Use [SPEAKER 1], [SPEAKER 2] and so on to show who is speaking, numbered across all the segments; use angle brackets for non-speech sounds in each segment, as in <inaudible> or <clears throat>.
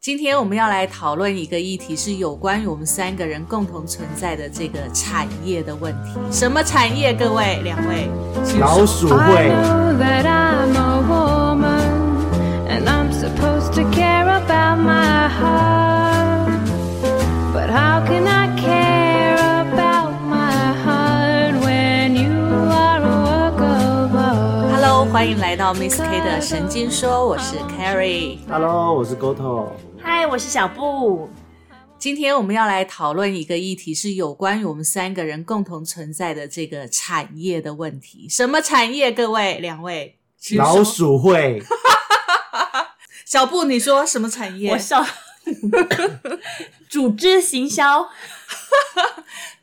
[SPEAKER 1] 今天我们要来讨论一个议题，是有关于我们三个人共同存在的这个产业的问题。什么产业？各位两位，请
[SPEAKER 2] 老
[SPEAKER 1] 说
[SPEAKER 2] 鼠
[SPEAKER 3] I
[SPEAKER 1] 哎
[SPEAKER 2] 会，
[SPEAKER 3] know that I'm a woman and I'm supposed to care about my heart. But how can I care about my heart when you are a work of art?
[SPEAKER 1] Hello，欢迎来到 Miss K 的神经说，我是 Carrie。
[SPEAKER 2] Hello，我是 Goto。
[SPEAKER 4] 嗨，我是小布。
[SPEAKER 1] 今天我们要来讨论一个议题，是有关于我们三个人共同存在的这个产业的问题。什么产业？各位两位，请说
[SPEAKER 2] 老鼠会，
[SPEAKER 1] 小布，你说什么产业 <laughs>
[SPEAKER 4] 我？笑，组织行销，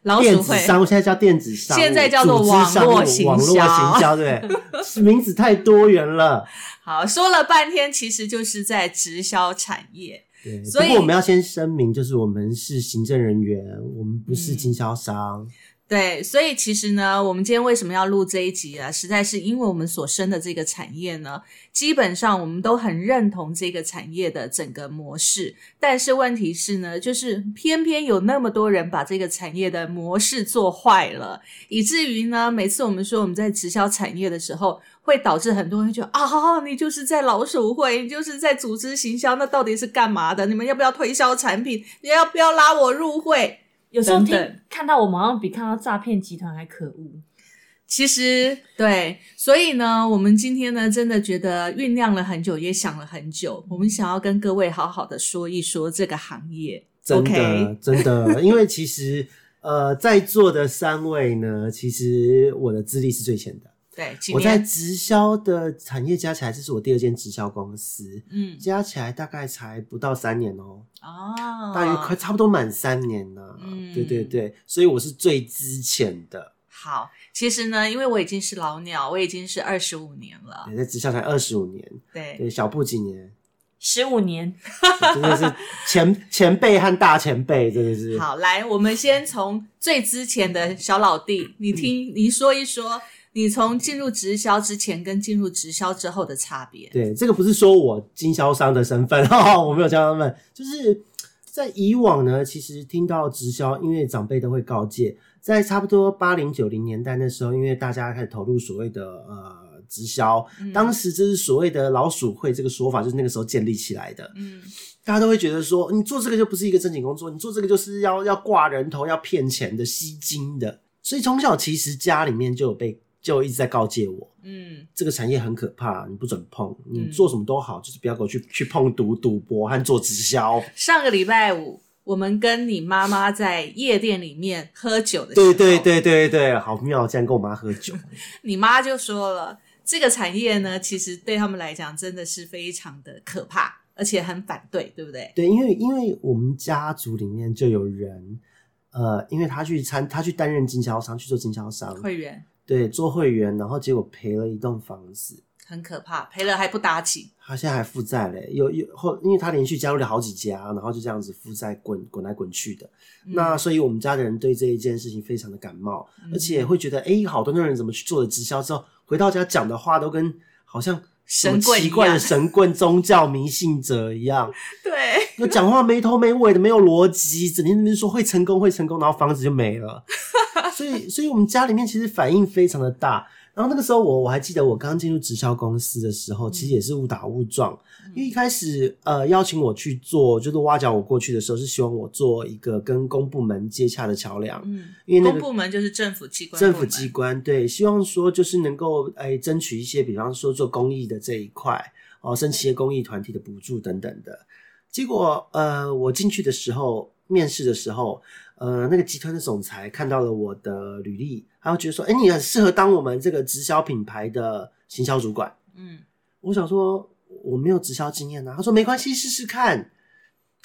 [SPEAKER 1] 老
[SPEAKER 2] 电
[SPEAKER 1] 鼠
[SPEAKER 2] 子
[SPEAKER 1] 会。
[SPEAKER 2] 商务现在叫电子商务，
[SPEAKER 1] 现在叫做
[SPEAKER 2] 组织商务
[SPEAKER 1] 网
[SPEAKER 2] 网
[SPEAKER 1] 络行销
[SPEAKER 2] 络行销，对 <laughs> 不对？名字太多元了。
[SPEAKER 1] 好，说了半天，其实就是在直销产业。
[SPEAKER 2] 对，
[SPEAKER 1] 所以
[SPEAKER 2] 不过我们要先声明，就是我们是行政人员，我们不是经销
[SPEAKER 1] 嗯
[SPEAKER 2] 商。
[SPEAKER 1] 对，所以其实呢，我们今天为什么要录这一集啊？实在是因为我们所生的这个产业呢，基本上我们都很认同这个产业的整个模式，但是问题是呢，就是偏偏有那么多人把这个产业的模式做坏了，以至于呢，每次我们说我们在直销产业的时候，会导致很多人会觉得啊，你就是在老鼠会，你就是在组织行销，那到底是干嘛的？你们要不要推销产品？你要不要拉我入会？
[SPEAKER 4] 有时候听
[SPEAKER 1] 等等
[SPEAKER 4] 看到我们好像比看到诈骗集团还可恶。
[SPEAKER 1] 其实对，所以呢，我们今天呢，真的觉得酝酿了很久，也想了很久，我们想要跟各位好好的说一说这个行业。
[SPEAKER 2] 真的
[SPEAKER 1] OK，
[SPEAKER 2] 真的，因为其实呃，在座的三位呢，其实我的资历是最浅的。
[SPEAKER 1] 对，今
[SPEAKER 2] 我在
[SPEAKER 1] 天
[SPEAKER 2] 直销的产业加起来，这是我第二间直销公司，
[SPEAKER 1] 嗯
[SPEAKER 2] 加起来大概才不到三年哦、
[SPEAKER 1] 哦，
[SPEAKER 2] 大约快差不多满三年了、
[SPEAKER 1] 嗯
[SPEAKER 2] 对对对，所以我是最之前的，
[SPEAKER 1] 好。其实呢，因为我已经是老鸟，我已经是二十五年了。
[SPEAKER 2] 对在职校才二十五年，
[SPEAKER 1] 对，
[SPEAKER 2] 对小布几年，
[SPEAKER 4] 十五
[SPEAKER 1] <laughs>
[SPEAKER 4] 年，
[SPEAKER 2] 真的是前前辈和大前辈，真的是。
[SPEAKER 1] 好，来，我们先从最之前的小老弟，你听，
[SPEAKER 2] <laughs>
[SPEAKER 1] 你说一说，你从进入直销之前跟进入直销之后的差别。
[SPEAKER 2] 对，这个不是说我经销商的身份， <laughs> 哈哈，我没有教他们，就是在以往呢，其实听到直销，因为长辈都会告诫，在差不多八零九零年代那时候，因为大家开始投入所谓的呃直销，
[SPEAKER 1] 嗯
[SPEAKER 2] 当时这是所谓的老鼠会这个说法，就是那个时候建立起来的。
[SPEAKER 1] 嗯，
[SPEAKER 2] 大家都会觉得说，你做这个就不是一个正经工作，你做这个就是要要挂人头、要骗钱的、吸金的。所以从小其实家里面就有被就一直在告诫我，
[SPEAKER 1] 嗯
[SPEAKER 2] 这个产业很可怕，你不准碰，你
[SPEAKER 1] 嗯
[SPEAKER 2] 做什么都好，就是不要给我去 <laughs> 去碰赌、赌博和做直销。
[SPEAKER 1] 上个礼拜五，我们跟你妈妈在夜店里面喝酒的时候，
[SPEAKER 2] 对对，对对对，好妙，竟然跟我妈喝酒。 <laughs>
[SPEAKER 1] 你妈就说了，这个产业呢，其实对他们来讲真的是非常的可怕，而且很反对，对不对？
[SPEAKER 2] 对，因为因为我们家族里面就有人，呃，因为他去参，他去担任经销商，去做经销商，
[SPEAKER 1] 会员
[SPEAKER 2] 对，做会员，然后结果赔了一栋房子。
[SPEAKER 1] 很可怕，赔了还不打紧。
[SPEAKER 2] 他现在还负债嘞，有有后，因为他连续加入了好几家，然后就这样子负债滚滚来滚去的。
[SPEAKER 1] 嗯
[SPEAKER 2] 那所以我们家的人对这一件事情非常的感冒，
[SPEAKER 1] 嗯
[SPEAKER 2] 而且会觉得，哎，好多那人怎么去做了直销之后，回到家讲的话都跟好像什么
[SPEAKER 1] 神棍一
[SPEAKER 2] 奇怪的
[SPEAKER 1] 样 <laughs>
[SPEAKER 2] 神棍、宗教迷信者一样，
[SPEAKER 1] 对，
[SPEAKER 2] <laughs> 那讲话没头没尾的，没有逻辑，整天在那边说会成功会成功，然后房子就没了。所以，所以我们家里面其实反应非常的大。然后那个时候我我还记得我刚进入直销公司的时候，其实也是误打误撞，因为一开始呃邀请我去做，就是挖角我过去的时候，是希望我做一个跟公部门接洽的桥梁，
[SPEAKER 1] 嗯，
[SPEAKER 2] 因为那
[SPEAKER 1] 公
[SPEAKER 2] 个
[SPEAKER 1] 部门就是政府机关部
[SPEAKER 2] 政
[SPEAKER 1] 门，
[SPEAKER 2] 府机关对，希望说就是能够哎、争取一些，比方说做公益的这一块哦，申请一些公益团体的补助等等的。结果呃，我进去的时候，面试的时候，呃，那个集团的总裁看到了我的履历，他会觉得说，哎、你很适合当我们这个直销品牌的行销主管。
[SPEAKER 1] 嗯
[SPEAKER 2] 我想说我没有直销经验啊呐、他说没关系，试试看，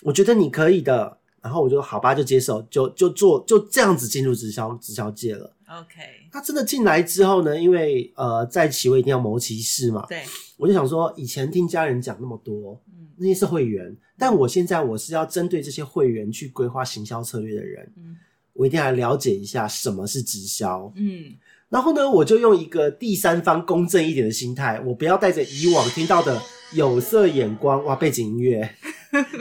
[SPEAKER 2] 我觉得你可以的。然后我就好吧，就接受，就就做，就这样子进入直销直销界了。
[SPEAKER 1] ，OK，
[SPEAKER 2] 他真的进来之后呢，因为呃，在其位一定要谋其事嘛，
[SPEAKER 1] 对，
[SPEAKER 2] 我就想说，以前听家人讲那么多，
[SPEAKER 1] 嗯
[SPEAKER 2] 那些是会员，但我现在我是要针对这些会员去规划行销策略的人，
[SPEAKER 1] 嗯
[SPEAKER 2] 我一定要来了解一下什么是直销。
[SPEAKER 1] 嗯，
[SPEAKER 2] 然后呢，我就用一个第三方公正一点的心态，我不要带着以往听到的有色眼光，哇，背景音乐，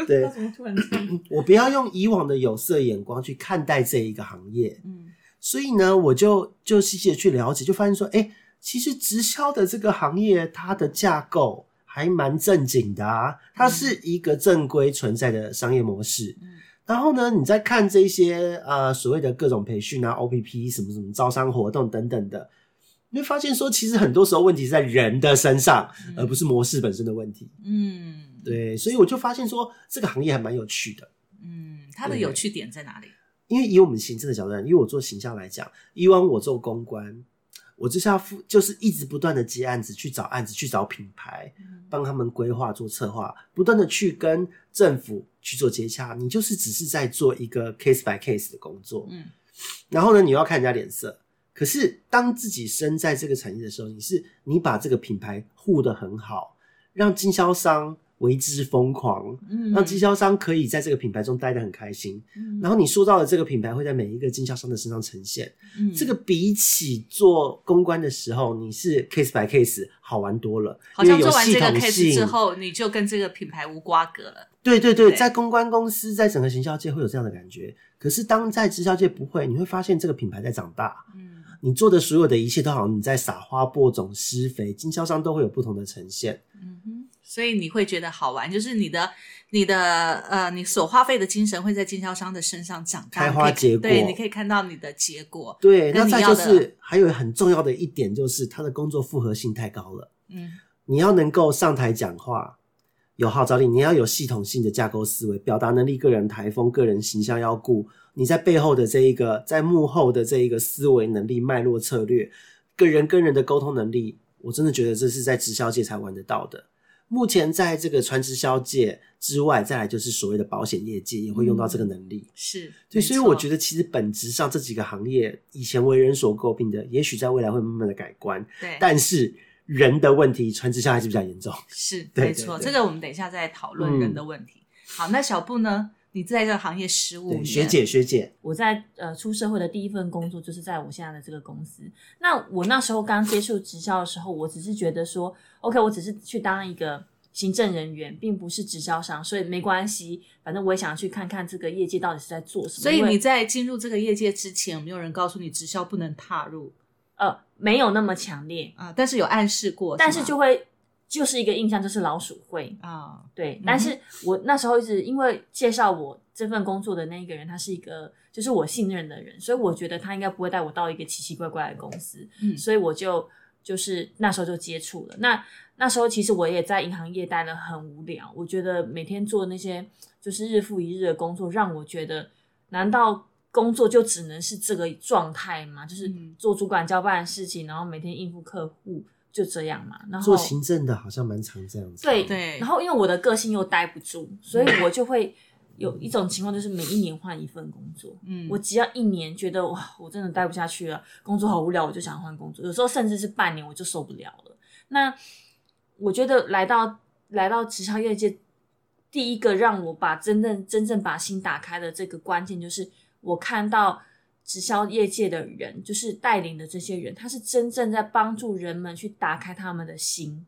[SPEAKER 2] 对
[SPEAKER 4] 他怎么突然唱？
[SPEAKER 2] 我不要用以往的有色眼光去看待这一个行业，
[SPEAKER 1] 嗯
[SPEAKER 2] 所以呢，我就就细细的去了解，就发现说，哎、其实直销的这个行业，它的架构还蛮正经的啊，它是一个正规存在的商业模式。
[SPEAKER 1] 嗯
[SPEAKER 2] 然后呢，你再看这些呃所谓的各种培训啊、OPP 什么什么招商活动等等的，你会发现说，其实很多时候问题是在人的身上，
[SPEAKER 1] 嗯
[SPEAKER 2] 而不是模式本身的问题。
[SPEAKER 1] 嗯，
[SPEAKER 2] 对，所以我就发现说，这个行业还蛮有趣的。
[SPEAKER 1] 嗯，它的
[SPEAKER 2] 对
[SPEAKER 1] 有趣点在哪里？
[SPEAKER 2] 因为以我们行政的角度来，因为我做形象来讲，以往我做公关，我就是要负，就是一直不断的接案子，去找案子，去找品牌，
[SPEAKER 1] 嗯
[SPEAKER 2] 帮他们规划做策划，不断的去跟政府去做接洽。你就是只是在做一个 case by case 的工作，
[SPEAKER 1] 嗯
[SPEAKER 2] 然后呢，你又要看人家脸色。可是当自己身在这个产业的时候，你是你把这个品牌护得很好，让经销商为之疯狂，
[SPEAKER 1] 嗯，
[SPEAKER 2] 让经销商可以在这个品牌中待得很开心。
[SPEAKER 1] 嗯，
[SPEAKER 2] 然后你塑造的这个品牌会在每一个经销商的身上呈现。
[SPEAKER 1] 嗯
[SPEAKER 2] 这个比起做公关的时候，你是 case by case 好玩多了，
[SPEAKER 1] 好像
[SPEAKER 2] 因为有
[SPEAKER 1] 做完
[SPEAKER 2] 系
[SPEAKER 1] 这个
[SPEAKER 2] 统
[SPEAKER 1] case 之
[SPEAKER 2] 性。
[SPEAKER 1] 后，你就跟这个品牌无瓜葛了。
[SPEAKER 2] 对对对，
[SPEAKER 1] 对
[SPEAKER 2] 在公关公司，在整个行销界会有这样的感觉。可是当在直销界不会，你会发现这个品牌在长大，
[SPEAKER 1] 嗯
[SPEAKER 2] 你做的所有的一切都好像你在撒花、播种、施肥，经销商都会有不同的呈现。
[SPEAKER 1] 嗯哼，所以你会觉得好玩，就是你的你的呃，你所花费的精神会在经销商的身上长大，
[SPEAKER 2] 开花
[SPEAKER 1] 你可以
[SPEAKER 2] 结果
[SPEAKER 1] 对，你可以看到你的结果。
[SPEAKER 2] 对，
[SPEAKER 1] 那
[SPEAKER 2] 那
[SPEAKER 1] 你
[SPEAKER 2] 再
[SPEAKER 1] 要
[SPEAKER 2] 就
[SPEAKER 1] 的
[SPEAKER 2] 是还有很重要的一点，就是他的工作复合性太高了。
[SPEAKER 1] 嗯
[SPEAKER 2] 你要能够上台讲话，有号召力，你要有系统性的架构思维，表达能力、个人台风、个人形象要顾，你在背后的这一个，在幕后的这一个思维能力、脉络策略，个人跟人的沟通能力，我真的觉得这是在直销界才玩得到的。目前在这个传直销界之外，再来就是所谓的保险业界也会用到这个能力。
[SPEAKER 1] 是，
[SPEAKER 2] 对，所以我觉
[SPEAKER 1] 得
[SPEAKER 2] 得其实本质上这几个行业以前为人所诟病的，也许在未来会慢慢的改观。
[SPEAKER 1] 对，
[SPEAKER 2] 但是人的问题，传直销还是比较严重。
[SPEAKER 1] 是
[SPEAKER 2] 对
[SPEAKER 1] 没错，
[SPEAKER 2] 对对
[SPEAKER 1] 这个我们等一下再讨论
[SPEAKER 2] 嗯
[SPEAKER 1] 人的问题。好，那小布呢？你在这个行业十五
[SPEAKER 2] 对，
[SPEAKER 1] 年，
[SPEAKER 2] 学，姐学姐，
[SPEAKER 4] 我在呃出社会的第一份工作就是在我现在的这个公司。那我那时候刚接触直销的时候，我只是觉得说，OK，我只是去当一个行政人员，并不是直销商，所以没关系，反正我也想去看看这个业界到底是在做什么。
[SPEAKER 1] 所以
[SPEAKER 4] 因为
[SPEAKER 1] 你在进入这个业界之前，有没有人告诉你直销不能踏入
[SPEAKER 4] 呃没有那么强烈，
[SPEAKER 1] 啊？但是有暗示过，
[SPEAKER 4] 但是
[SPEAKER 1] 吗
[SPEAKER 4] 就会就是一个印象就是老鼠会，
[SPEAKER 1] 啊，
[SPEAKER 4] 对
[SPEAKER 1] 哼，
[SPEAKER 4] 但是我那时候一直因为介绍我这份工作的那一个人，他是一个就是我信任的人，所以我觉得他应该不会带我到一个奇奇怪怪的公司，
[SPEAKER 1] 嗯
[SPEAKER 4] 所以我就就是那时候就接触了。那那时候其实我也在银行业待得很无聊，我觉得每天做那些就是日复一日的工作，让我觉得难道工作就只能是这个状态吗？就是
[SPEAKER 1] 嗯
[SPEAKER 4] 做主管交办的事情，然后每天应付客户，就这样嘛？然后
[SPEAKER 2] 做行政的好像蛮常这样子。
[SPEAKER 4] 对
[SPEAKER 1] 对
[SPEAKER 4] 然后因为我的个性又待不住，所以我就会有一种情况，就是每一年换一份工作。
[SPEAKER 1] 嗯，
[SPEAKER 4] 我只要一年觉得哇，我真的待不下去了，工作好无聊，我就想换工作。有时候甚至是半年我就受不了了。那我觉得来到来到职场业界，第一个让我把真正真正把心打开的这个关键，就是我看到直销业界的人，就是带领的这些人，他是真正在帮助人们去打开他们的心。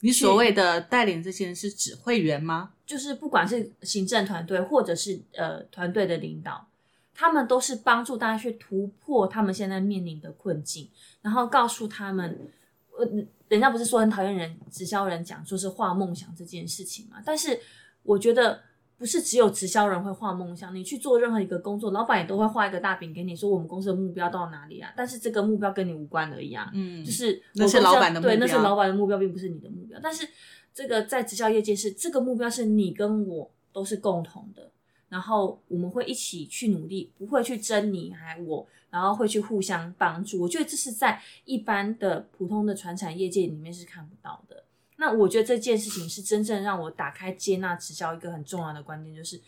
[SPEAKER 1] 你所谓的带领这些人是指会员吗？
[SPEAKER 4] 就是不管是行政团队或者是呃团队的领导，他们都是帮助大家去突破他们现在面临的困境，然后告诉他们，呃，人家不是说很讨厌人直销人讲说是画梦想这件事情嘛，但是我觉得。不是只有直销人会画梦想，你去做任何一个工作，老板也都会画一个大饼给你，说我们公司的目标到哪里啊？但是这个目标跟你无关而已啊。
[SPEAKER 1] 嗯，
[SPEAKER 4] 就是
[SPEAKER 1] 那
[SPEAKER 4] 我
[SPEAKER 1] 是
[SPEAKER 4] 公司
[SPEAKER 1] 老
[SPEAKER 4] 要
[SPEAKER 1] 板的
[SPEAKER 4] 对，
[SPEAKER 1] 目
[SPEAKER 4] 那是
[SPEAKER 1] 标
[SPEAKER 4] 老板的目标，并不是你的目标。但是这个在直销业界是这个目标是你跟我都是共同的，然后我们会一起去努力，不会去争你还我，然后会去互相帮助。我觉得这是在一般的普通的传产业界里面是看不到的。那我觉得这件事情是真正让我打开接纳直销一个很重要的观点，就是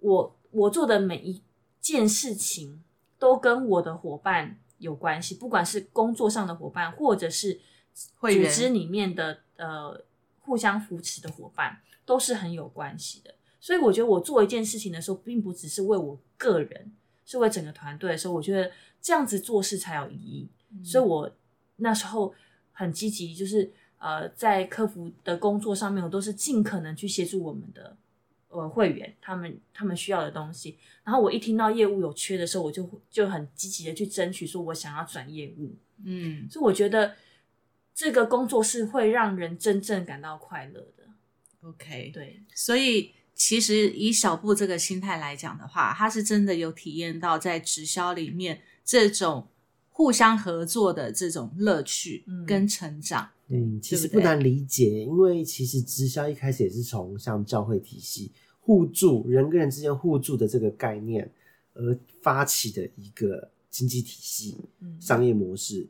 [SPEAKER 4] 我我做的每一件事情都跟我的伙伴有关系，不管是工作上的伙伴，或者是
[SPEAKER 1] 会
[SPEAKER 4] 组
[SPEAKER 1] 员
[SPEAKER 4] 织里面的呃互相扶持的伙伴，都是很有关系的。所以我觉得我做一件事情的时候，并不只是为我个人，是为整个团队的时候，我觉得
[SPEAKER 1] 嗯
[SPEAKER 4] 这样子做事才有意义。所以我那时候很积极，就是呃在客服的工作上面，我都是尽可能去协助我们的呃会员他们他们需要的东西。然后我一听到业务有缺的时候，我就会就很积极的去争取，说我想要转业务。
[SPEAKER 1] 嗯，
[SPEAKER 4] 所以我觉得这个工作是会让人真正感到快乐的。
[SPEAKER 1] OK，
[SPEAKER 4] 对，
[SPEAKER 1] 所以其实以小布这个心态来讲的话，他是真的有体验到在直销里面这种互相合作的这种乐趣
[SPEAKER 4] 嗯
[SPEAKER 1] 跟成长。
[SPEAKER 2] 嗯，其
[SPEAKER 1] 对
[SPEAKER 2] 实
[SPEAKER 1] 不
[SPEAKER 2] 不
[SPEAKER 1] 对
[SPEAKER 2] 难理解，因为其实直销一开始也是从像教会体系互助，人跟人之间互助的这个概念而发起的一个经济体系、
[SPEAKER 4] 嗯，
[SPEAKER 2] 商业模式，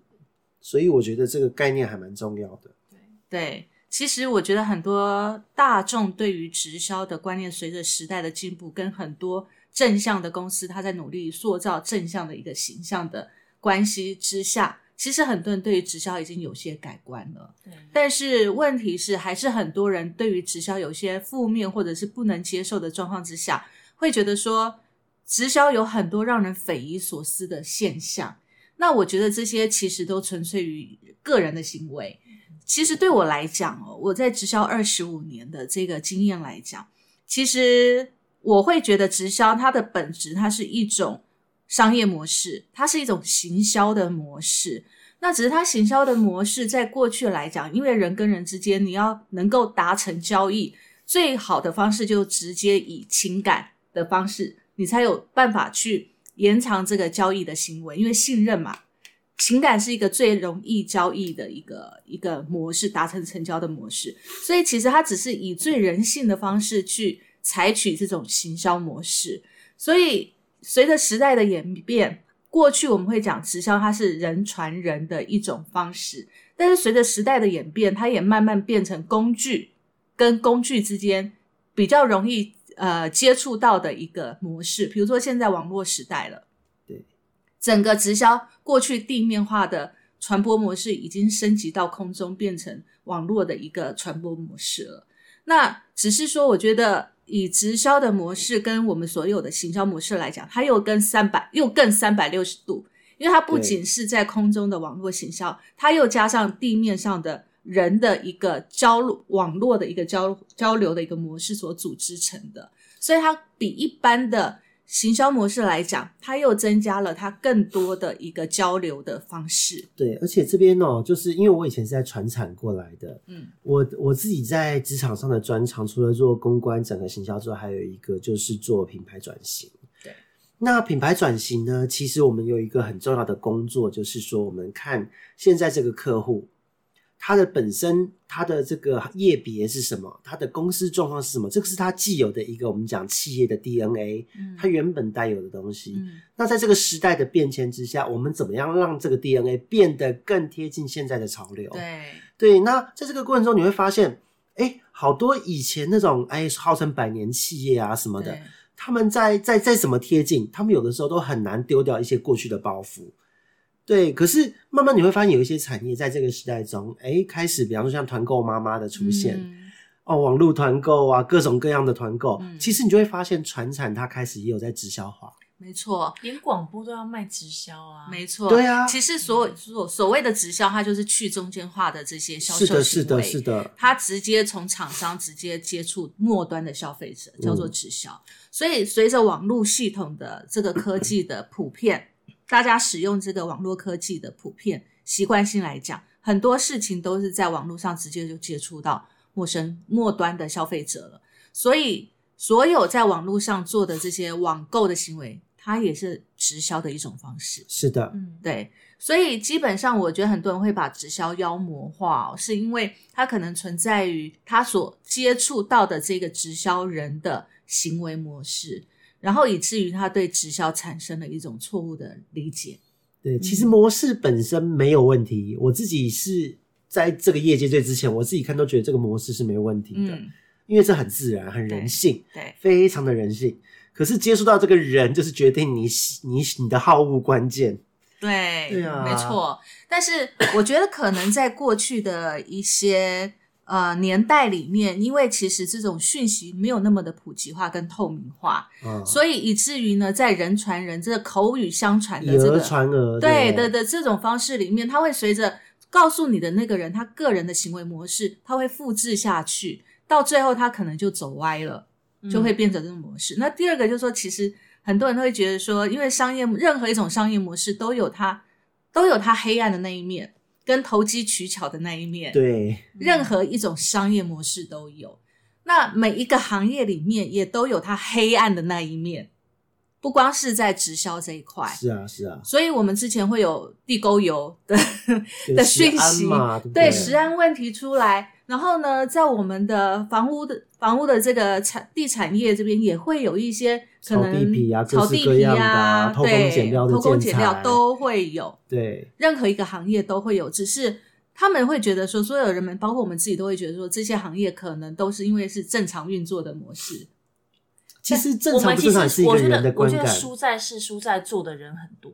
[SPEAKER 2] 所以我觉得这个概念还蛮重要的。
[SPEAKER 4] 对，
[SPEAKER 1] 对，其实我觉得很多大众对于直销的观念，随着时代的进步，跟很多正向的公司，它在努力塑造正向的一个形象的关系之下，其实很多人对于直销已经有些改观了。
[SPEAKER 4] 对，
[SPEAKER 1] 但是问题是，还是很多人对于直销有些负面或者是不能接受的状况之下，会觉得说直销有很多让人匪夷所思的现象。那我觉得这些其实都纯粹于个人的行为。其实对我来讲哦，我在直销二十五年的这个经验来讲，其实我会觉得直销它的本质，它是一种商业模式，它是一种行销的模式。那只是它行销的模式，在过去来讲，因为人跟人之间你要能够达成交易，最好的方式就直接以情感的方式，你才有办法去延长这个交易的行为，因为信任嘛，情感是一个最容易交易的一个一个模式，达成成交的模式。所以其实它只是以最人性的方式去采取这种行销模式。所以随着时代的演变，过去我们会讲直销它是人传人的一种方式，但是随着时代的演变，它也慢慢变成工具跟工具之间比较容易呃接触到的一个模式。比如说现在网络时代了，
[SPEAKER 2] 对，
[SPEAKER 1] 整个直销过去地面化的传播模式已经升级到空中，变成网络的一个传播模式了。那只是说，我觉得以直销的模式跟我们所有的行销模式来讲，它又跟三百又更三百六十度，因为它不
[SPEAKER 2] 对
[SPEAKER 1] 仅是在空中的网络行销，它又加上地面上的人的一个交流网络的一个交交流的一个模式所组织成的，所以它比一般的。行销模式来讲，它又增加了它更多的一个交流的方式。
[SPEAKER 2] 对，而且这边哦、就是因为我以前是在传产过来的，
[SPEAKER 1] 嗯
[SPEAKER 2] 我我自己在职场上的专长，除了做公关、整合行销之外，还有一个就是做品牌转型。
[SPEAKER 1] 对，
[SPEAKER 2] 那品牌转型呢，其实我们有一个很重要的工作，就是说我们看现在这个客户，他的本身他的这个业别是什么，他的公司状况是什么，这个是他既有的一个我们讲企业的 DNA，
[SPEAKER 1] 嗯
[SPEAKER 2] 他原本带有的东西。
[SPEAKER 1] 嗯
[SPEAKER 2] 那在这个时代的变迁之下，我们怎么样让这个 DNA 变得更贴近现在的潮流？
[SPEAKER 1] 对
[SPEAKER 2] 对，那在这个过程中，你会发现，哎，好多以前那种哎号称百年企业啊什么的
[SPEAKER 1] 对，
[SPEAKER 2] 他们在在在怎么贴近，他们有的时候都很难丢掉一些过去的包袱。对，可是慢慢你会发现，有一些产业在这个时代中，哎，开始，比方说像团购妈妈的出现，
[SPEAKER 1] 嗯
[SPEAKER 2] 哦，网络团购啊，各种各样的团购，
[SPEAKER 1] 嗯
[SPEAKER 2] 其实你就会发现，传产它开始也有在直销化。
[SPEAKER 1] 没错，
[SPEAKER 4] 连广播都要卖直销啊，
[SPEAKER 1] 没错，
[SPEAKER 2] 对啊
[SPEAKER 1] 其实所有所所谓的直销，它就是去中间化的这些销售
[SPEAKER 2] 是的，是的，是
[SPEAKER 1] 的，
[SPEAKER 2] 的，
[SPEAKER 1] 它直接从厂商直接接触末端的消费者，叫
[SPEAKER 2] 嗯
[SPEAKER 1] 做直销。所以随着网络系统的这个科技的普遍，大家使用这个网络科技的普遍习惯性来讲，很多事情都是在网络上直接就接触到陌生末端的消费者了。所以，所有在网络上做的这些网购的行为，它也是直销的一种方式。
[SPEAKER 2] 是的，
[SPEAKER 4] 嗯，
[SPEAKER 1] 对，所以基本上我觉得很多人会把直销妖魔化、哦，是因为它可能存在于他所接触到的这个直销人的行为模式，然后以至于他对直销产生了一种错误的理解。
[SPEAKER 2] 对，其实模式本身没有问题，我自己是在这个业界最之前，我自己看都觉得这个模式是没有问题的，
[SPEAKER 1] 嗯，
[SPEAKER 2] 因为这很自然、很人性，
[SPEAKER 1] 对，
[SPEAKER 2] 非常的人性。可是接触到这个人，就是决定你你你的好恶关键。
[SPEAKER 1] 对，
[SPEAKER 2] 对啊
[SPEAKER 1] 没错。但是我觉得可能在过去的一些呃年代里面，因为其实这种讯息没有那么的普及化跟透明化，
[SPEAKER 2] 啊，
[SPEAKER 1] 所以以至于呢，在人传人这个口语相传的
[SPEAKER 2] 以
[SPEAKER 1] 这
[SPEAKER 2] 讹
[SPEAKER 1] 个
[SPEAKER 2] 传讹，
[SPEAKER 1] 对的
[SPEAKER 2] 对
[SPEAKER 1] 的这种方式里面，它会随着告诉你的那个人他个人的行为模式，他会复制下去，到最后他可能就走歪了，
[SPEAKER 4] 嗯
[SPEAKER 1] 就会变成这种模式。那第二个就是说，其实很多人都会觉得说，因为商业任何一种商业模式都有它都有它黑暗的那一面，跟投机取巧的那一面。
[SPEAKER 2] 对，
[SPEAKER 1] 任何一种商业模式都有。那每一个行业里面也都有它黑暗的那一面，不光是在直销这一块。
[SPEAKER 2] 是啊，是啊，
[SPEAKER 1] 所以我们之前会有地沟油的
[SPEAKER 2] 有
[SPEAKER 1] 的
[SPEAKER 2] 食
[SPEAKER 1] 讯
[SPEAKER 2] 安
[SPEAKER 1] 息
[SPEAKER 2] 嘛，对不
[SPEAKER 1] 对
[SPEAKER 2] 对？
[SPEAKER 1] 食安问题出来，然后呢，在我们的房屋的房屋的这个产地产业这边也会有一些可
[SPEAKER 2] 炒
[SPEAKER 1] 能
[SPEAKER 2] 地皮啊各
[SPEAKER 1] 炒
[SPEAKER 2] 式
[SPEAKER 1] 地
[SPEAKER 2] 各
[SPEAKER 1] 皮
[SPEAKER 2] 样的
[SPEAKER 1] 啊
[SPEAKER 2] 啊，偷工
[SPEAKER 1] 对
[SPEAKER 2] 减料的
[SPEAKER 1] 偷工
[SPEAKER 2] 建
[SPEAKER 1] 减料
[SPEAKER 2] 材
[SPEAKER 1] 都会有。
[SPEAKER 2] 对，
[SPEAKER 1] 任何一个行业都会有，只是他们会觉得说，所有人们，包括我们自己，都会觉得说，这些行业可能都是因为是正常运作的模式。
[SPEAKER 2] 其实正
[SPEAKER 4] 我
[SPEAKER 2] 常
[SPEAKER 4] 们
[SPEAKER 2] 不
[SPEAKER 4] 其
[SPEAKER 2] 正常
[SPEAKER 4] 实
[SPEAKER 2] 也是一个
[SPEAKER 4] 我觉
[SPEAKER 2] 人的
[SPEAKER 4] 得，我
[SPEAKER 2] 观
[SPEAKER 4] 觉得
[SPEAKER 2] 感。
[SPEAKER 4] 输在是输在做的人很多。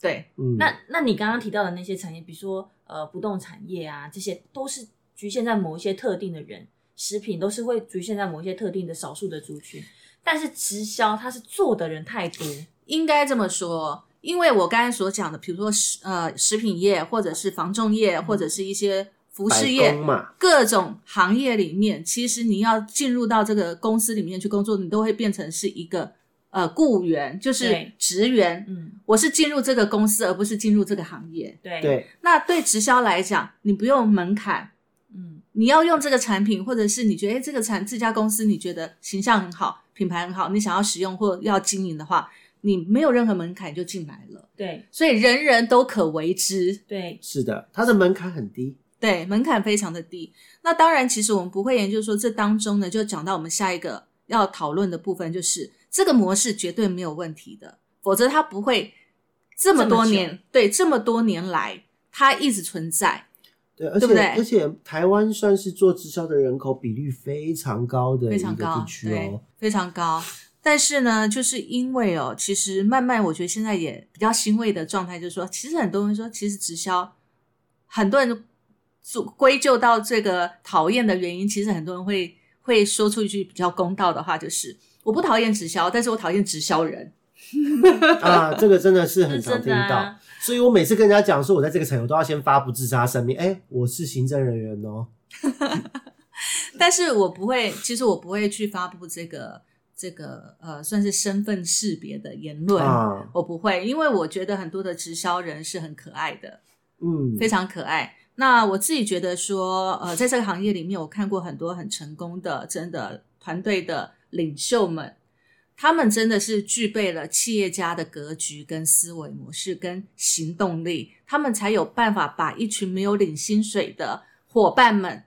[SPEAKER 1] 对，
[SPEAKER 2] 嗯，
[SPEAKER 4] 那那你刚刚提到的那些产业，比如说呃不动产业啊，这些都是局限在某一些特定的人，食品都是会局限在某一些特定的少数的族群。但是直销它是做的人太多，
[SPEAKER 1] 应该这么说，因为我刚才所讲的，比如说食呃食品业，或者是房仲业，或者是一些服
[SPEAKER 2] 白
[SPEAKER 1] 饰业
[SPEAKER 2] 宫，嘛，
[SPEAKER 1] 各种行业里面，其实你要进入到这个公司里面去工作，你都会变成是一个呃雇员，就是
[SPEAKER 4] 对
[SPEAKER 1] 职员。
[SPEAKER 4] 嗯，
[SPEAKER 1] 我是进入这个公司，而不是进入这个行业。
[SPEAKER 4] 对，
[SPEAKER 2] 对，
[SPEAKER 1] 那对直销来讲，你不用门槛，
[SPEAKER 4] 嗯，
[SPEAKER 1] 你要用这个产品，或者是你觉得诶哎这个产这家公司你觉得形象很好，品牌很好，你想要使用或要经营的话，你没有任何门槛就进来了，
[SPEAKER 4] 对，
[SPEAKER 1] 所以人人都可为之。
[SPEAKER 4] 对，
[SPEAKER 2] 是的，它的门槛很低。
[SPEAKER 1] 对，门槛非常的低。那当然，其实我们不会研究说这当中呢，就讲到我们下一个要讨论的部分，就是这个模式绝对没有问题的，否则它不会这么
[SPEAKER 4] 这么
[SPEAKER 1] 多
[SPEAKER 4] 久
[SPEAKER 1] 年，对，这么多年来它一直存在。
[SPEAKER 2] 对，而且
[SPEAKER 1] 对不对
[SPEAKER 2] 而且台湾算是做直销的人口比率非常高的
[SPEAKER 1] 非
[SPEAKER 2] 一个
[SPEAKER 1] 常高
[SPEAKER 2] 地，区
[SPEAKER 1] 对
[SPEAKER 2] 哦。，
[SPEAKER 1] 非常高。但是呢，就是因为哦，其实慢慢我觉得现在也比较欣慰的状态，就是说，其实很多人说，其实直销，很多人都做归咎到这个讨厌的原因，其实很多人会会说出一句比较公道的话，就是我不讨厌直销，但是我讨厌直销人。
[SPEAKER 2] 啊，这个真的是
[SPEAKER 4] 是
[SPEAKER 2] 很常
[SPEAKER 4] 真
[SPEAKER 2] 听
[SPEAKER 4] 的
[SPEAKER 2] 到。
[SPEAKER 4] 啊，
[SPEAKER 2] 所以我每次跟人家讲说，我在这个产业，我都要先发布自杀声明。哎、我是行政人员哦。
[SPEAKER 1] 但是我不会，其实我不会去发布这个这个呃，算是身份识别的言论，
[SPEAKER 2] 啊，
[SPEAKER 1] 我不会，因为我觉得很多的直销人是很可爱的。
[SPEAKER 2] 嗯，
[SPEAKER 1] 非常可爱。那我自己觉得说，呃，在这个行业里面，我看过很多很成功的，真的团队的领袖们，他们真的是具备了企业家的格局、跟思维模式、跟行动力，他们才有办法把一群没有领薪水的伙伴们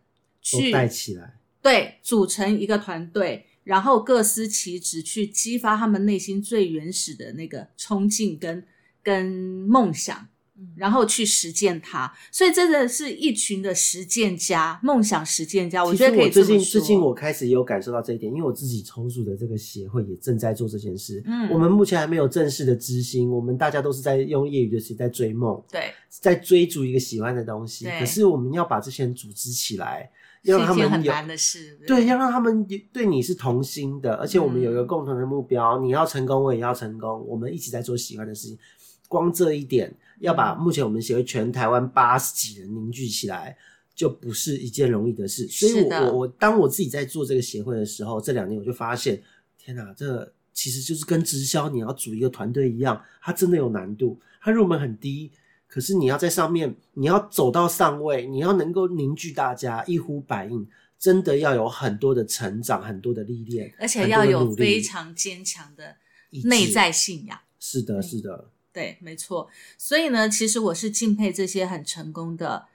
[SPEAKER 2] 都
[SPEAKER 1] 去
[SPEAKER 2] 带起来。
[SPEAKER 1] 对，组成一个团队，然后各司其职，去激发他们内心最原始的那个冲劲跟跟梦想
[SPEAKER 4] 嗯，
[SPEAKER 1] 然后去实践它。所以真的是一群的实践家，梦想实践家，
[SPEAKER 2] 其
[SPEAKER 1] 啊觉
[SPEAKER 2] 实
[SPEAKER 1] 得可以这
[SPEAKER 2] 最
[SPEAKER 1] 么说。
[SPEAKER 2] 近最近我开始也有感受到这一点，因为我自己从属的这个协会也正在做这件事。
[SPEAKER 1] 嗯
[SPEAKER 2] 我们目前还没有正式的执行，我们大家都是在用业余的时间在追梦，
[SPEAKER 1] 对
[SPEAKER 2] 在追逐一个喜欢的东西。
[SPEAKER 1] 对
[SPEAKER 2] 可是我们要把这些人组织起来，
[SPEAKER 1] 是
[SPEAKER 2] 要让
[SPEAKER 1] 一
[SPEAKER 2] 他
[SPEAKER 1] 件
[SPEAKER 2] 们
[SPEAKER 1] 很
[SPEAKER 2] 有
[SPEAKER 1] 难的事，
[SPEAKER 2] 对，要让他们有对你是同心的，而且我们有一
[SPEAKER 1] 嗯
[SPEAKER 2] 个共同的目标，你要成功，我也要成功，我们一起在做喜欢的事情。光这一点，要
[SPEAKER 1] 嗯
[SPEAKER 2] 把目前我们协会全台湾八十几人凝聚起来，就不是一件容易的事。所以
[SPEAKER 1] 是
[SPEAKER 2] 我，
[SPEAKER 1] 的
[SPEAKER 2] 我我当我自己在做这个协会的时候，这两年我就发现，天哪，这其实就是跟直销你要组一个团队一样，它真的有难度，它入门很低。可是你要在上面，你要走到上位，你要能够凝聚大家一呼百应，真的要有很多的成长，很多的历练，
[SPEAKER 1] 而且要
[SPEAKER 2] 很多的
[SPEAKER 1] 有
[SPEAKER 2] 努力
[SPEAKER 1] 非常坚强的
[SPEAKER 2] 意志
[SPEAKER 1] 内在信仰。
[SPEAKER 2] 是的，是的，
[SPEAKER 1] 对，没错。所以呢，其实我是敬佩这些很成功的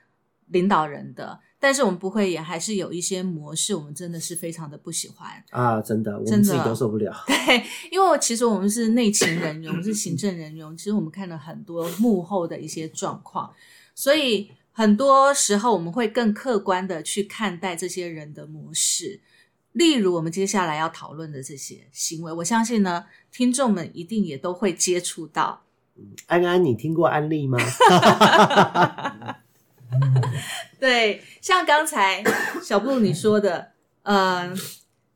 [SPEAKER 1] 领导人的，但是我们不会也还是有一些模式，我们真的是非常的不喜欢。
[SPEAKER 2] 啊，真的，我
[SPEAKER 1] 真
[SPEAKER 2] 们
[SPEAKER 1] 的
[SPEAKER 2] 自己都受不了。
[SPEAKER 1] <laughs> 对，因为其实我们是内勤人员，我们是行政人员，其实我们看了很多幕后的一些状况，所以很多时候我们会更客观的去看待这些人的模式。例如，我们接下来要讨论的这些行为，我相信呢，听众们一定也都会接触到。
[SPEAKER 2] 安安，你听过安利吗？ <laughs>
[SPEAKER 1] 对，像刚才小布你说的，呃，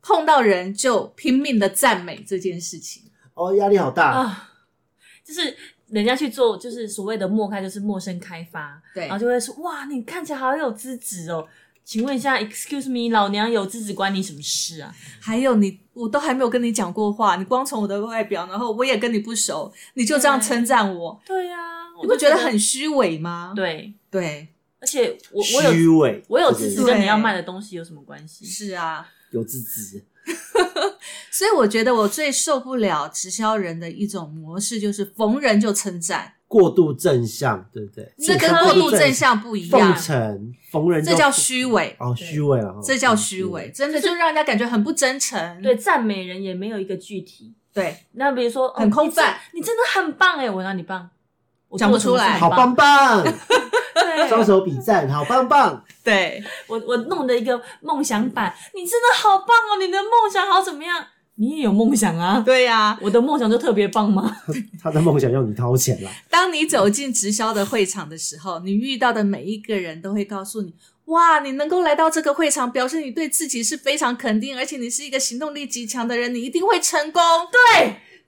[SPEAKER 1] 碰到人就拼命的赞美这件事情，啊
[SPEAKER 2] 哦，压力好大，
[SPEAKER 4] 啊，就是人家去做就是所谓的陌开，就是陌生开发，
[SPEAKER 1] 对
[SPEAKER 4] 然后就会说哇，你看起来好有资质哦。请问一下，Excuse me，老娘有资质关你什么事啊？
[SPEAKER 1] 还有你，我都还没有跟你讲过话，你光从我的外表，然后我也跟你不熟，你就这样称赞我，
[SPEAKER 4] 对呀、啊，
[SPEAKER 1] 你
[SPEAKER 4] 我
[SPEAKER 1] 不
[SPEAKER 4] 就
[SPEAKER 1] 觉得很虚伪吗？
[SPEAKER 4] 对，
[SPEAKER 1] 对，
[SPEAKER 4] 而且我我
[SPEAKER 2] 虚
[SPEAKER 4] 有
[SPEAKER 2] 伪，
[SPEAKER 4] 我有
[SPEAKER 2] 这
[SPEAKER 4] 资
[SPEAKER 2] 个
[SPEAKER 4] 质，
[SPEAKER 1] 对
[SPEAKER 4] 跟你要卖的东西有什么关系？
[SPEAKER 1] 是啊，
[SPEAKER 2] 有自知，
[SPEAKER 1] 所以我觉得我最受不了直销人的一种模式，就是逢人就称赞，
[SPEAKER 2] 过度正向，对不对？
[SPEAKER 1] 这嗯跟过度正向不一
[SPEAKER 2] 奉
[SPEAKER 1] 样，
[SPEAKER 2] 承逢人就
[SPEAKER 1] 这叫虚伪，
[SPEAKER 2] 哦，虚伪了，哦
[SPEAKER 1] 这叫虚伪，。真的就让人家感觉很不真诚。
[SPEAKER 4] 对，赞美人也没有一个具体。
[SPEAKER 1] 对，
[SPEAKER 4] 那比如说，哦
[SPEAKER 1] 很空泛
[SPEAKER 4] 你真，你真的很棒哎，我让你棒，我
[SPEAKER 1] 讲不出来
[SPEAKER 2] 好棒，棒，
[SPEAKER 1] <laughs>
[SPEAKER 2] 双
[SPEAKER 4] 对，
[SPEAKER 2] 手比赞，好棒棒，
[SPEAKER 1] 对，
[SPEAKER 4] 我我弄的一个梦想版，你真的好棒哦，你的梦想好怎么样？你也有梦想啊，
[SPEAKER 1] 对呀、
[SPEAKER 4] 我的梦想就特别棒吗？ <laughs>
[SPEAKER 2] 他的梦想要你掏钱啦。
[SPEAKER 1] 当你走进直销的会场的时候，你遇到的每一个人都会告诉你：哇，你能够来到这个会场，表示你对自己是非常肯定，而且你是一个行动力极强的人，你一定会成功。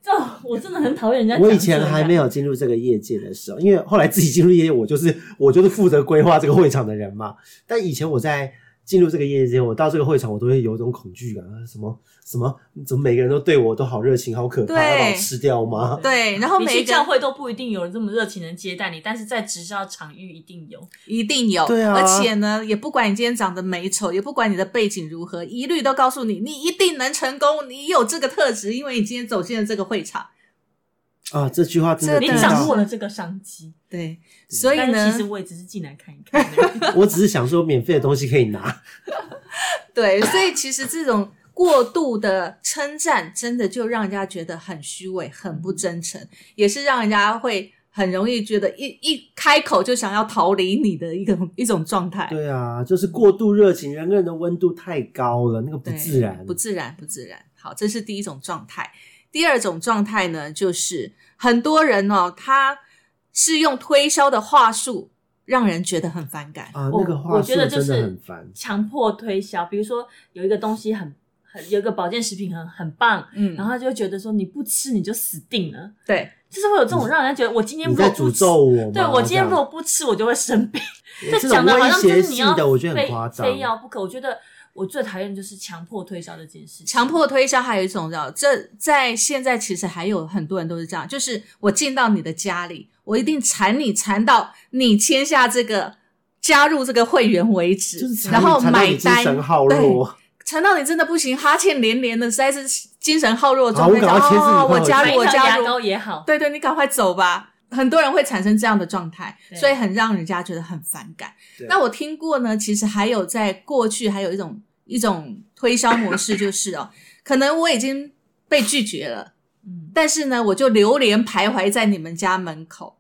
[SPEAKER 4] 这我真的很讨厌人家讲这
[SPEAKER 2] 我
[SPEAKER 4] 个。
[SPEAKER 2] 以前还没有进入这个业界的时候，因为后来自己进入业界，我就是我就是负责规划这个会场的人嘛。但以前我在进入这个业界，我到这个会场，我都会有一种恐惧感，啊什么什么，怎么每个人都对我都好热情，好可怕，
[SPEAKER 1] 对
[SPEAKER 2] 要把我吃掉吗？
[SPEAKER 1] 对，然后
[SPEAKER 4] 你
[SPEAKER 1] 每一
[SPEAKER 4] 去
[SPEAKER 1] 个人
[SPEAKER 4] 教会都不一定有人这么热情的接待你，但是在直销场域一定有。
[SPEAKER 1] 一定有，
[SPEAKER 2] 对啊
[SPEAKER 1] 而且呢，也不管你今天长得美丑，也不管你的背景如何，一律都告诉你，你一定能成功，你有这个特质，因为你今天走进了这个会场。
[SPEAKER 2] 啊，这句话真的
[SPEAKER 1] 这
[SPEAKER 4] 你
[SPEAKER 1] 对
[SPEAKER 2] 听
[SPEAKER 4] 掌握
[SPEAKER 2] 到，
[SPEAKER 4] 了这个商机，
[SPEAKER 1] 对，所以
[SPEAKER 4] 但
[SPEAKER 1] 呢，
[SPEAKER 4] 是其实我也只是进来看一看而已。
[SPEAKER 2] 我只是想说免费的东西可以拿，
[SPEAKER 1] 对，所以其实这种过度的称赞，真的就让人家觉得很虚伪、很不真诚，也是让人家会很容易觉得一一开口就想要逃离你的一个一种状态。
[SPEAKER 2] 对啊，就是过度热情，人跟人的温度太高了，那个不
[SPEAKER 1] 对，
[SPEAKER 2] 自然，
[SPEAKER 1] 不自然，不自然。好，这是第一种状态。第二种状态呢，就是很多人哦，他是用推销的话术，让人觉得很反感。
[SPEAKER 2] 啊，<laughs>
[SPEAKER 4] 我
[SPEAKER 2] 那个话
[SPEAKER 4] 我
[SPEAKER 2] 术
[SPEAKER 4] 觉得就
[SPEAKER 2] 真的
[SPEAKER 4] 是
[SPEAKER 2] 很烦。
[SPEAKER 4] 强迫推销，比如说有一个东西很很有一个保健食品很很棒，
[SPEAKER 1] 嗯，
[SPEAKER 4] 然后就会觉得说你不吃你就死定了，
[SPEAKER 1] 对，
[SPEAKER 4] 就是会有这种让人家觉得我今天
[SPEAKER 2] 你
[SPEAKER 4] 如
[SPEAKER 2] 在
[SPEAKER 4] 果不
[SPEAKER 2] 诅
[SPEAKER 4] 吃，
[SPEAKER 2] 咒我吗？
[SPEAKER 4] 对我今天
[SPEAKER 2] 这样
[SPEAKER 4] 如果不吃我就会生病，
[SPEAKER 2] 这种
[SPEAKER 4] 讲的好
[SPEAKER 2] 威
[SPEAKER 4] 像
[SPEAKER 2] 胁
[SPEAKER 4] 就是你
[SPEAKER 2] 性
[SPEAKER 4] 要
[SPEAKER 2] 的，我觉得很
[SPEAKER 4] 非
[SPEAKER 2] 夸张。
[SPEAKER 4] 非要不可。我觉得我最讨厌的就是强迫推销这件事情，
[SPEAKER 1] 强迫推销还有一种叫这在现在其实还有很多人都是这样，就是我进到你的家里，我一定缠你缠到你签下这个加入这个会员为止，
[SPEAKER 2] 就是缠
[SPEAKER 1] 然后
[SPEAKER 2] 缠到
[SPEAKER 1] 买
[SPEAKER 2] 你精
[SPEAKER 1] 单，
[SPEAKER 2] 神耗
[SPEAKER 1] 对，
[SPEAKER 2] 弱，
[SPEAKER 1] 缠到你真的不行，哈欠连连的，实在是精神耗弱的状态。
[SPEAKER 2] 好我赶快签字
[SPEAKER 1] 哦
[SPEAKER 2] 你快
[SPEAKER 1] 我
[SPEAKER 2] 回
[SPEAKER 1] 加
[SPEAKER 4] 买
[SPEAKER 1] 入，
[SPEAKER 4] 一
[SPEAKER 1] 我
[SPEAKER 4] 条
[SPEAKER 1] 加
[SPEAKER 4] 牙
[SPEAKER 1] 入，
[SPEAKER 4] 膏也好，
[SPEAKER 1] 对对，你赶快走吧。很多人会产生这样的状态，
[SPEAKER 4] 对
[SPEAKER 1] 所以很让人家觉得很反感
[SPEAKER 2] 对。
[SPEAKER 1] 那我听过呢，其实还有在过去还有一种一种推销模式，就是哦，可能我已经被拒绝了， <laughs>
[SPEAKER 4] 嗯，
[SPEAKER 1] 但是呢，我就流连徘徊在你们家门口，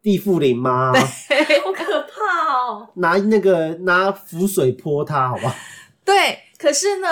[SPEAKER 2] 地缚灵吗？
[SPEAKER 4] 好可怕哦。
[SPEAKER 2] 拿那个拿符水泼他，好不好？ <laughs>
[SPEAKER 1] 对，可是呢，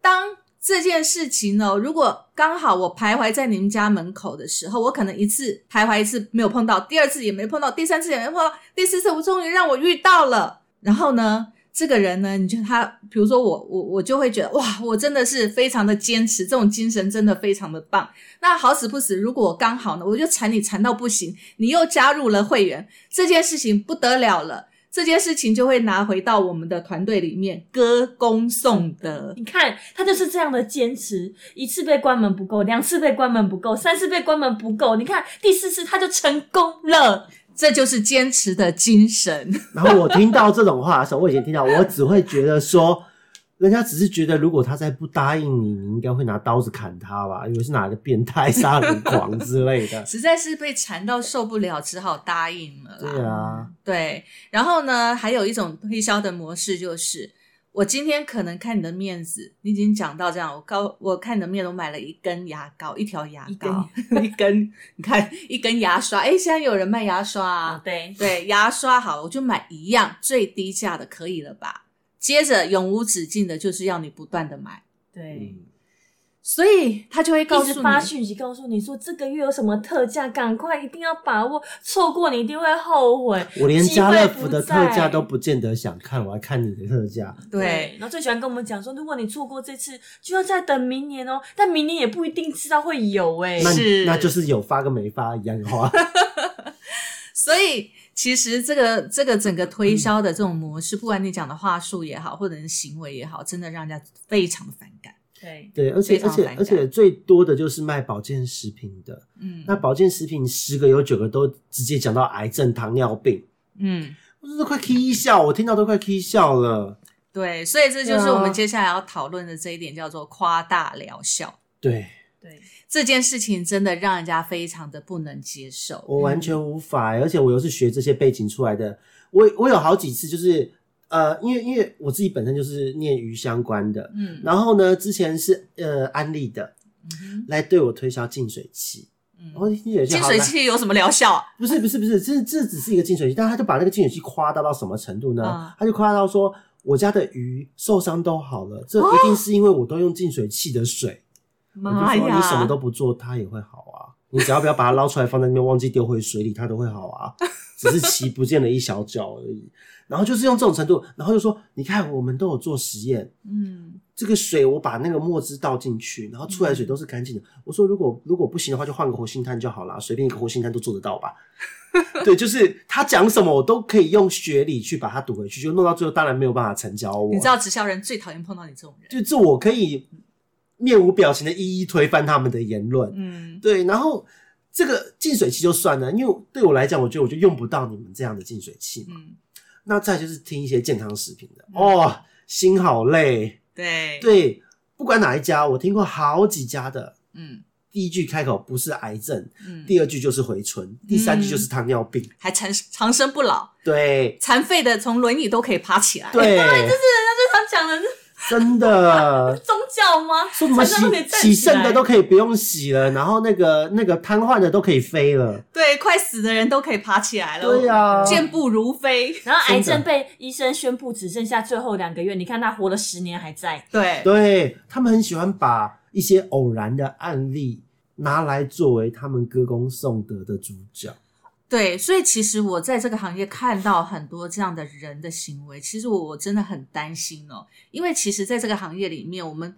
[SPEAKER 1] 当这件事情呢，如果刚好我徘徊在你们家门口的时候，我可能一次徘徊一次没有碰到，第二次也没碰到，第三次也没碰到，第四次我终于让我遇到了。然后呢，这个人呢，你就他，比如说我，我我就会觉得哇，我真的是非常的坚持，这种精神真的非常的棒。那好死不死，如果刚好呢，我就缠你缠到不行，你又加入了会员，这件事情不得了了。这件事情就会拿回到我们的团队里面歌功颂德，
[SPEAKER 4] 你看他就是这样的坚持，一次被关门不够，两次被关门不够，三次被关门不够，你看第四次他就成功了。
[SPEAKER 1] 这就是坚持的精神。。
[SPEAKER 2] 然后我听到这种话的时候，我以前听到，我只会觉得说，人家只是觉得，如果他再不答应你，你应该会拿刀子砍他吧？以为是哪个变态杀人狂之类
[SPEAKER 1] <laughs> <laughs>
[SPEAKER 2] 的
[SPEAKER 1] 实在是被缠到受不了，只好答应了啦。
[SPEAKER 2] 对啊，
[SPEAKER 1] 对，然后呢，还有一种推销的模式就是，我今天可能看你的面子，你已经讲到这样，我高我看你的面子，我买了一根牙膏，一条牙
[SPEAKER 4] 一根
[SPEAKER 1] 膏，一根，你看 <laughs> 一根牙刷，哎，现在有人卖牙刷啊，
[SPEAKER 4] 对，
[SPEAKER 1] 对，牙刷好，我就买一样最低价的，可以了吧？接着永无止境的就是要你不断的买，
[SPEAKER 4] 对，
[SPEAKER 2] 嗯，
[SPEAKER 1] 所以他就会告
[SPEAKER 4] 一
[SPEAKER 1] 诉
[SPEAKER 4] 直
[SPEAKER 1] 你，
[SPEAKER 4] 发讯息告诉你说这个月有什么特价，赶快一定要把握，错过你一定会后悔。
[SPEAKER 2] 我连
[SPEAKER 4] 机
[SPEAKER 2] 家
[SPEAKER 4] 会
[SPEAKER 2] 乐
[SPEAKER 4] 不
[SPEAKER 2] 福的特
[SPEAKER 4] 在
[SPEAKER 2] 价都不见得想看，我还看你的特价。
[SPEAKER 1] 对，
[SPEAKER 4] 然后最喜欢跟我们讲说，如果你错过这次，就要再等明年哦。但明年也不一定知道会有哎、
[SPEAKER 2] 那
[SPEAKER 1] 是 <laughs>
[SPEAKER 2] 那就是有发跟没发一样的话，
[SPEAKER 1] 所以其实这个这个整个推销的这种模式，不管你讲的话术也好，或者是行为也好，真的让人家非常的反感。
[SPEAKER 4] 对，
[SPEAKER 2] 对，而
[SPEAKER 1] 非
[SPEAKER 2] 且而
[SPEAKER 1] 常
[SPEAKER 2] 且
[SPEAKER 1] 反感
[SPEAKER 2] 而且最多的就是卖保健食品的，
[SPEAKER 1] 嗯
[SPEAKER 2] 那保健食品十个有九个都直接讲到癌症、糖尿病，
[SPEAKER 1] 嗯，
[SPEAKER 2] 我真的快 k 笑，我听到都快 k 笑了。
[SPEAKER 1] 对，所以这就是我
[SPEAKER 2] 对啊
[SPEAKER 1] 们接下来要讨论的这一点，叫做夸大疗效。
[SPEAKER 2] 对
[SPEAKER 4] 对，
[SPEAKER 1] 这件事情真的让人家非常的不能接受。嗯
[SPEAKER 2] 我完全无法、欸而且我又是学这些背景出来的，我我有好几次就是呃，因为因为我自己本身就是念鱼相关的，
[SPEAKER 1] 嗯
[SPEAKER 2] 然后呢，之前是呃安利的
[SPEAKER 1] 嗯
[SPEAKER 2] 来对我推销净水器，
[SPEAKER 1] 哼
[SPEAKER 2] 然后
[SPEAKER 1] 嗯，
[SPEAKER 2] 净水器
[SPEAKER 1] 净
[SPEAKER 2] 好
[SPEAKER 1] 水
[SPEAKER 2] 来
[SPEAKER 1] 器有什么疗效啊？
[SPEAKER 2] 不是不是不是，这这只是一个净水器，但他就把那个净水器夸大到什么程度呢？
[SPEAKER 1] 嗯
[SPEAKER 2] 他就夸大到说，我家的鱼受伤都好了，这一定是因为我都用净水器的水。
[SPEAKER 1] 妈
[SPEAKER 2] 我就说
[SPEAKER 1] 呀！
[SPEAKER 2] 你什么都不做，它也会好啊。你只要不要把它捞出来放在那边，忘记丢回水里，它都会
[SPEAKER 1] <laughs>
[SPEAKER 2] 好啊。只是鳍不见了一小角而已。然后就是用这种程度，然后就说，你看我们都有做实验，
[SPEAKER 1] 嗯
[SPEAKER 2] 这个水我把那个墨汁倒进去，然后出来的水都是干净的。我说如果如果不行的话，就换个活性炭就好啦，啊随便一个活性炭都做得
[SPEAKER 1] <laughs>
[SPEAKER 2] 到吧。对，就是他讲什么，我都可以用学理去把它堵回去，就弄到最后当然没有办法成交我。
[SPEAKER 1] 你知，道直销人最讨厌碰到你这种人。
[SPEAKER 2] 就这我可以面无表情的一一推翻他们的言论。
[SPEAKER 1] 嗯，
[SPEAKER 2] 对，然后这个净水器就算了，因为对我来讲，我觉得我就用不到你们这样的净水器嘛。
[SPEAKER 1] 嗯，
[SPEAKER 2] 那再就是听一些健康食品的，
[SPEAKER 1] 嗯
[SPEAKER 2] 哦，心好累。
[SPEAKER 1] 对，
[SPEAKER 2] 对，不管哪一家，我听过好几家的。
[SPEAKER 1] 嗯
[SPEAKER 2] 第一句开口不是癌症，
[SPEAKER 1] 嗯，
[SPEAKER 2] 第二句就是回春，
[SPEAKER 4] 嗯
[SPEAKER 2] 第三句就是糖尿病。
[SPEAKER 1] 还长长生不老，
[SPEAKER 2] 对
[SPEAKER 1] 残废的从轮椅都可以爬起来。
[SPEAKER 2] 对，
[SPEAKER 4] 哎他讲的是
[SPEAKER 2] 真的
[SPEAKER 4] <laughs> ，宗教吗？
[SPEAKER 2] 说什么洗
[SPEAKER 4] 船上都可以站
[SPEAKER 2] 洗
[SPEAKER 4] 起来
[SPEAKER 2] 肾的都可以不用洗了，然后那个那个瘫痪的都可以飞了。
[SPEAKER 1] 对，快死的人都可以爬起来
[SPEAKER 4] 哎
[SPEAKER 1] 了。
[SPEAKER 2] 对呀、
[SPEAKER 1] 健步如飞。
[SPEAKER 4] 然后癌
[SPEAKER 2] 真
[SPEAKER 4] 症
[SPEAKER 2] 的
[SPEAKER 4] 被医生宣布只剩下最后两个月，你看他活了十年还在，
[SPEAKER 1] 对，
[SPEAKER 2] 对他们很喜欢把一些偶然的案例拿来作为他们歌功颂德的主角。
[SPEAKER 1] 对，所以其实我在这个行业看到很多这样的人的行为，其实我我真的很担心哦，因为其实在这个行业里面，我们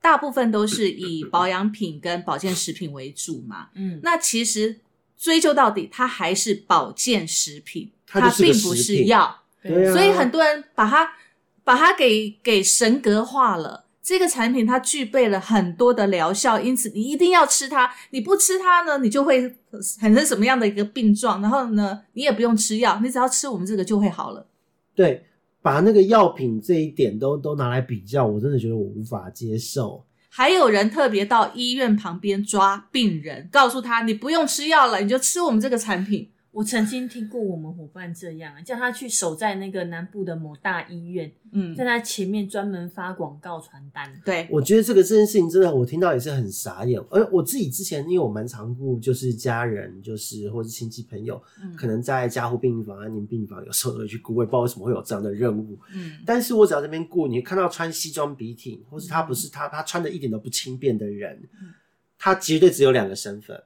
[SPEAKER 1] 大部分都是以保养品跟保健食品为主嘛。
[SPEAKER 4] 嗯，
[SPEAKER 1] 那其实追究到底，它还是保健食品，
[SPEAKER 2] 它
[SPEAKER 1] 它
[SPEAKER 2] 就是个
[SPEAKER 1] 并不
[SPEAKER 2] 食
[SPEAKER 1] 是
[SPEAKER 2] 品
[SPEAKER 1] 药。
[SPEAKER 2] 对啊，
[SPEAKER 1] 所以很多人把它把它给给神格化了。这个产品它具备了很多的疗效，因此你一定要吃它。你不吃它呢，你就会呃产生什么样的一个病状？然后呢，你也不用吃药，你只要吃我们这个就会好了。
[SPEAKER 2] 对，把那个药品这一点都都拿来比较，我真的觉得我无法接受。
[SPEAKER 1] 还有人特别到医院旁边抓病人，告诉他你不用吃药了，你就吃我们这个产品。
[SPEAKER 4] 我曾经听过我们伙伴这样啊，叫他去守在那个南部的某大医院，
[SPEAKER 1] 嗯
[SPEAKER 4] 在，他前面专门发广告传单。
[SPEAKER 1] 对，
[SPEAKER 2] 我觉得这个这件事情真的，我听到也是很傻眼。而我自己之前，因为我蛮常顾，就是家人，就是或是亲戚朋友，
[SPEAKER 1] 嗯
[SPEAKER 2] 可能在加护病房、安宁病房，有时候都会去顾，我也不知道为什么会有这样的任务。
[SPEAKER 1] 嗯
[SPEAKER 2] 但是我只要这边顾，你看到穿西装笔挺，或是他不是他，他穿的一点都不轻便的人
[SPEAKER 1] 嗯，
[SPEAKER 2] 他绝对只有两个身份，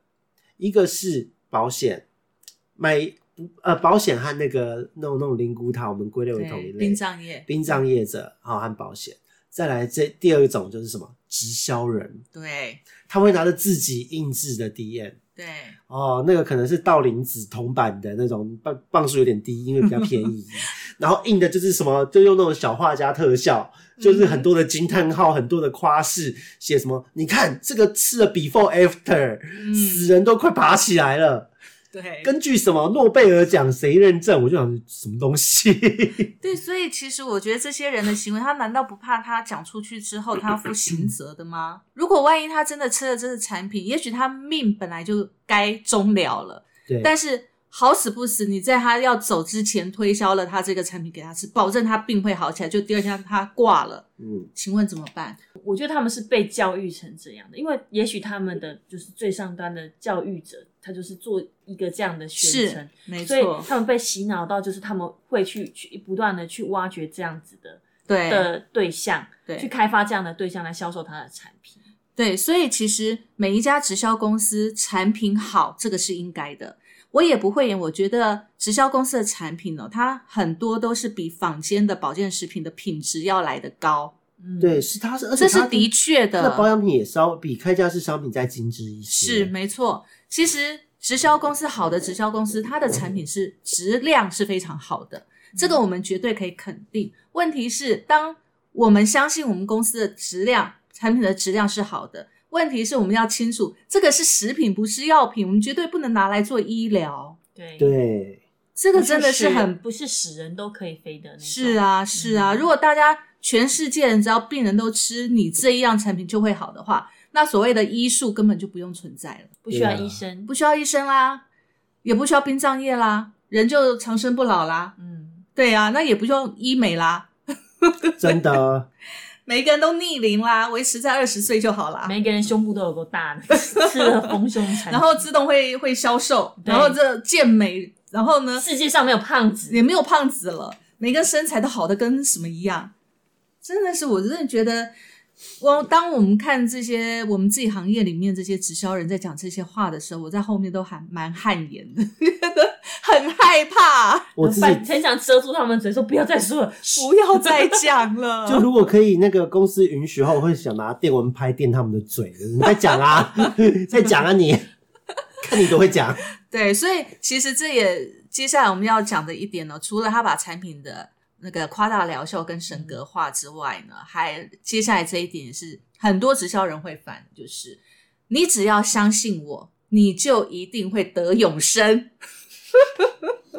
[SPEAKER 2] 一个是保险买不呃保险和那个那种那种灵骨塔，我们归类为同一
[SPEAKER 1] 对，
[SPEAKER 2] 类，
[SPEAKER 1] 殡葬业，
[SPEAKER 2] 殡葬业者好和保险。再来这第二种就是什么直销人，
[SPEAKER 1] 对
[SPEAKER 2] 他会拿着自己印制的 DM
[SPEAKER 1] 对，
[SPEAKER 2] 哦，那个可能是道林子铜版的那种磅磅数有点低，因为比较
[SPEAKER 1] <laughs>
[SPEAKER 2] 便宜。然后印的就是什么，就用那种小画家特效，就是很多的惊叹号，很多的夸饰，写什么？你看这个吃了 before after，、
[SPEAKER 1] 嗯
[SPEAKER 2] 死人都快爬起来了。
[SPEAKER 1] 对，
[SPEAKER 2] 根据什么诺贝尔奖谁认证？我就想什么
[SPEAKER 1] <laughs>
[SPEAKER 2] 东西？
[SPEAKER 1] 对，所以其实我觉得这些人的行为，他难道不怕他讲出去之后他要负刑责的
[SPEAKER 4] <clears throat>
[SPEAKER 1] 吗？如果万一他真的吃了这个产品，也许他命本来就该终了了，
[SPEAKER 2] 对，
[SPEAKER 1] 但是。好死不死，你在他要走之前推销了他这个产品给他吃，保证他病会好起来，就第二天他挂了，
[SPEAKER 2] 嗯，
[SPEAKER 1] 请问怎么办？
[SPEAKER 4] 我觉得他们是被教育成这样的，因为也许他们的就是最上端的教育者，他就是做一个这样的宣
[SPEAKER 1] 是
[SPEAKER 4] 称，
[SPEAKER 1] 没
[SPEAKER 4] 所以
[SPEAKER 1] 错，
[SPEAKER 4] 他们被洗脑到，就是他们会去去不断的去挖掘这样子的
[SPEAKER 1] 对
[SPEAKER 4] 的对象，去
[SPEAKER 1] 对
[SPEAKER 4] 开发这样的对象来销售他的产品。
[SPEAKER 1] 对，所以其实每一家直销公司产品好，这个是应该的，我也不会演，我觉得直销公司的产品哦，它很多都是比坊间的保健食品的品质要来的高，
[SPEAKER 4] 嗯，
[SPEAKER 2] 对，是他是，而且
[SPEAKER 1] 这是
[SPEAKER 2] 他
[SPEAKER 1] 的确
[SPEAKER 2] 他的保
[SPEAKER 1] 的，
[SPEAKER 2] 养品也稍比开价式商品再精致一些。
[SPEAKER 1] 是没错。其实直销公司好的直销公司，它的产品是质量是非常好的，这个我们绝对可以肯定。问题是，当我们相信我们公司的质量、产品的质量是好的，问题是我们要清楚，这个是食品，不是药品，我们绝对不能拿来做医疗。
[SPEAKER 4] 对，
[SPEAKER 2] 对，
[SPEAKER 1] 这个真的是
[SPEAKER 4] 不使
[SPEAKER 1] 很
[SPEAKER 4] 不是使人都可以飞的那种。
[SPEAKER 1] 是，啊，是啊。
[SPEAKER 4] 嗯
[SPEAKER 1] 如果大家全世界人只要病人都吃你这一样产品就会好的话，那所谓的医术根本就不用存在了，
[SPEAKER 4] 不需要
[SPEAKER 2] 对啊
[SPEAKER 4] 医生。
[SPEAKER 1] 不需要医生啦，也不需要殡葬业啦，人就长生不老啦。
[SPEAKER 4] 嗯，
[SPEAKER 1] 对啊，那也不用医美啦，<laughs>
[SPEAKER 2] 真的，
[SPEAKER 1] 每个人都逆龄啦，维持在二十岁就好啦。
[SPEAKER 4] 每个人胸部都有够大的， <laughs> 吃了丰胸产品。
[SPEAKER 1] 啊然后自动会会消瘦，
[SPEAKER 4] 对
[SPEAKER 1] 然后这健美，然后呢
[SPEAKER 4] 世界上没有胖子，
[SPEAKER 1] 也没有胖子了，每个身材都好的跟什么一样，真的是我真的觉得，我当我们看这些我们自己行业里面这些直销人在讲这些话的时候，我在后面都还蛮汗颜的，觉得很害怕，
[SPEAKER 2] 我自己
[SPEAKER 4] 反很想遮住他们嘴，说不要再说了。
[SPEAKER 1] <laughs> 不要再讲 <laughs> 了。
[SPEAKER 2] <laughs> 就如果可以，那个公司允许的话，我会想拿电蚊拍电他们的嘴。你在讲啊，在讲啊你，看你都会讲。
[SPEAKER 1] 对，所以其实这也接下来我们要讲的一点呢，除了他把产品的那个夸大疗效跟神格化之外呢，还接下来这一点也是很多直销人会犯，就是你只要相信我，你就一定会得永生。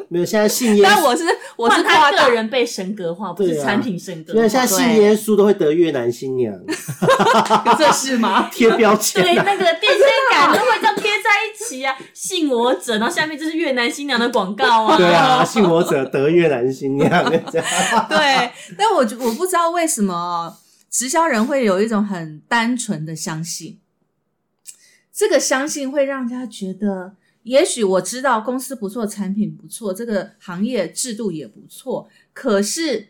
[SPEAKER 2] 没有，现在信耶
[SPEAKER 1] 但
[SPEAKER 2] 稣，
[SPEAKER 1] 我是我是
[SPEAKER 4] 换他
[SPEAKER 1] 夸大
[SPEAKER 4] <laughs> 个，人被神格化，不
[SPEAKER 2] 对
[SPEAKER 4] 是
[SPEAKER 2] 啊
[SPEAKER 4] 产品神格
[SPEAKER 2] 没
[SPEAKER 4] 化。
[SPEAKER 2] 有，现在信耶稣都会得越南新娘，
[SPEAKER 1] 这是吗？
[SPEAKER 2] 贴标签 <laughs>
[SPEAKER 4] 对
[SPEAKER 2] 啊。
[SPEAKER 4] 那个电线杆都会这样贴在一起啊，信我者，然后下面就是越南新娘的广告啊。
[SPEAKER 2] 对啊，信我者得越南新
[SPEAKER 1] <laughs>
[SPEAKER 2] 娘，这 <laughs> 样
[SPEAKER 1] 对，但我就我不知道为什么直销人会有一种很单纯的相信，这个相信会让人家觉得，也许我知道公司不错，产品不错，这个行业制度也不错，可是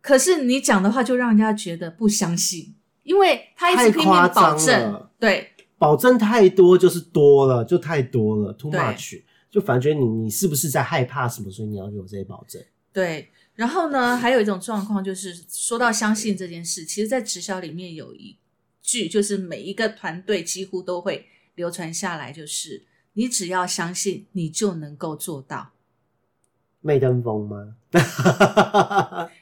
[SPEAKER 1] 可是你讲的话就让人家觉得不相信，因为他一直
[SPEAKER 2] 太
[SPEAKER 1] 拼命
[SPEAKER 2] 夸
[SPEAKER 1] 保
[SPEAKER 2] 张
[SPEAKER 1] 证
[SPEAKER 2] 了，
[SPEAKER 1] 对
[SPEAKER 2] 保证太多就是多了，就太多了，too
[SPEAKER 1] 对
[SPEAKER 2] much。就反正你你是不是在害怕什么，所以你要有这些保证。
[SPEAKER 1] 对。然后呢，还有一种状况就是，说到相信这件事，其实，在直销里面有一句，就是每一个团队几乎都会流传下来，就是你只要相信，你就能够做到。
[SPEAKER 2] 麦登峰吗？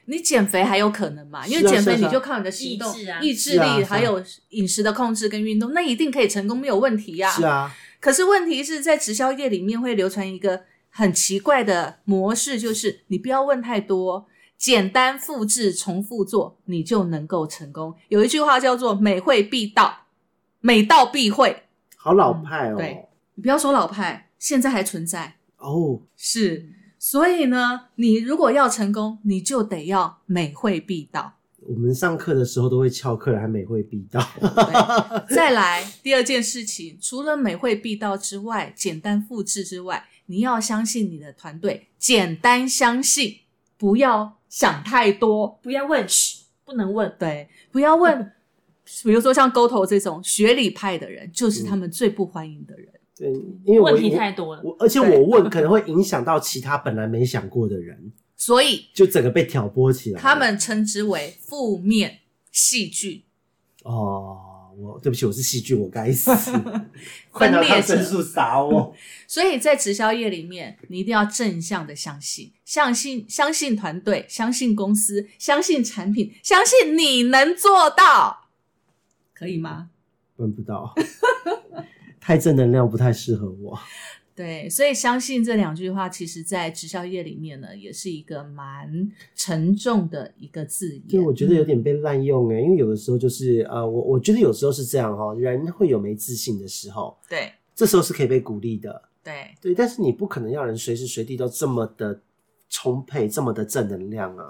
[SPEAKER 1] 你减肥还有可能嘛？因为
[SPEAKER 2] 是啊
[SPEAKER 1] 减肥
[SPEAKER 2] 是啊
[SPEAKER 1] 你就靠你的行动、
[SPEAKER 4] 意志啊
[SPEAKER 1] 意志
[SPEAKER 2] 是啊
[SPEAKER 1] 力，
[SPEAKER 2] 是啊
[SPEAKER 1] 还有饮食的控制跟运动，那一定可以成功，没有问题呀、
[SPEAKER 2] 是啊，
[SPEAKER 1] 可是问题是在直销业里面会流传一个很奇怪的模式，就是你不要问太多，简单复制、重复做，你就能够成功。有一句话叫做“每会必到，每到必会
[SPEAKER 2] 好老派
[SPEAKER 1] 嗯
[SPEAKER 2] 哦。
[SPEAKER 1] 对”。你不要说老派，现在还存在。
[SPEAKER 2] 哦，
[SPEAKER 1] 是，所以呢，你如果要成功，你就得要每会必到。
[SPEAKER 2] 我们上课的时候都会翘课，还每会必到。
[SPEAKER 1] <laughs> 对，再来第二件事情，除了美会必到之外，简单复制之外，你要相信你的团队，简单相信，不要想太多。
[SPEAKER 4] <laughs> 不要问，嘘不能问。
[SPEAKER 1] 对，不要问，比如说像沟头这种学理派的人，就是他们最不欢迎的人。
[SPEAKER 2] <laughs> 对，因为我
[SPEAKER 4] 问题太多了。
[SPEAKER 2] 我，而且我问可能会影响到其他本来没想过的人，
[SPEAKER 1] 所以
[SPEAKER 2] 就整个被挑拨起来。
[SPEAKER 1] 他们称之为负面戏剧
[SPEAKER 2] 哦，我对不起，我是细菌，我该死，快
[SPEAKER 1] 分
[SPEAKER 2] 拿
[SPEAKER 1] 裂
[SPEAKER 2] 抗
[SPEAKER 1] 者
[SPEAKER 2] 生。素撒我。
[SPEAKER 1] 所以在直销业里面，你一定要正向的相信，相信相信团队，相信公司，相信产品，相信你能做到，可以吗？
[SPEAKER 2] 问不到，太正能量不太适合我。
[SPEAKER 1] 对，所以相信这两句话，其实在直销业里面呢，也是一个蛮沉重的一个字眼。
[SPEAKER 2] 对，我觉得有点被滥用哎、因为有的时候就是呃，我我觉得有时候是这样哦、人会有没自信的时候，
[SPEAKER 1] 对
[SPEAKER 2] 这时候是可以被鼓励的。
[SPEAKER 1] 对
[SPEAKER 2] 对，但是你不可能要人随时随地都这么的充沛，这么的正能量啊！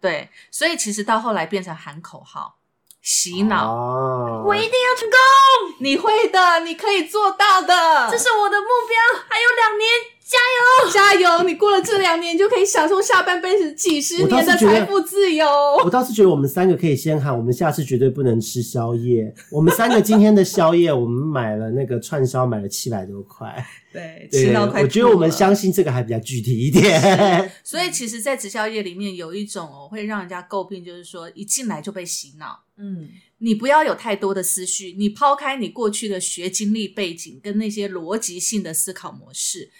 [SPEAKER 1] 对，所以其实到后来变成喊口号、洗脑，
[SPEAKER 2] 啊，
[SPEAKER 4] 我一定要成功，
[SPEAKER 1] 你会的，你可以做到的，
[SPEAKER 4] 这是我的目标，还有两年，加油！
[SPEAKER 1] 加油！你过了这两年，你就可以享受下半辈子几十
[SPEAKER 2] 我倒
[SPEAKER 1] 年
[SPEAKER 2] 是
[SPEAKER 1] 的
[SPEAKER 2] 觉得
[SPEAKER 1] 财富自由。
[SPEAKER 2] 我倒是觉得我们三个可以先喊，我们下次绝对不能吃宵夜。我们三个今天的宵夜，我们买了那个串烧，买了七百多块。
[SPEAKER 1] 对，吃
[SPEAKER 2] 对，
[SPEAKER 1] 到快
[SPEAKER 2] 我觉得我
[SPEAKER 1] 吐
[SPEAKER 2] 们
[SPEAKER 1] 了
[SPEAKER 2] 相信 <laughs> 这个还比较具体一点。
[SPEAKER 1] 所以其实，在直销业里面有一种哦，会让人家诟病，就是说一进来就被洗脑，
[SPEAKER 4] 嗯，
[SPEAKER 1] 你不要有太多的思绪，你抛开你过去的学经历背景跟那些逻辑性的思考模式，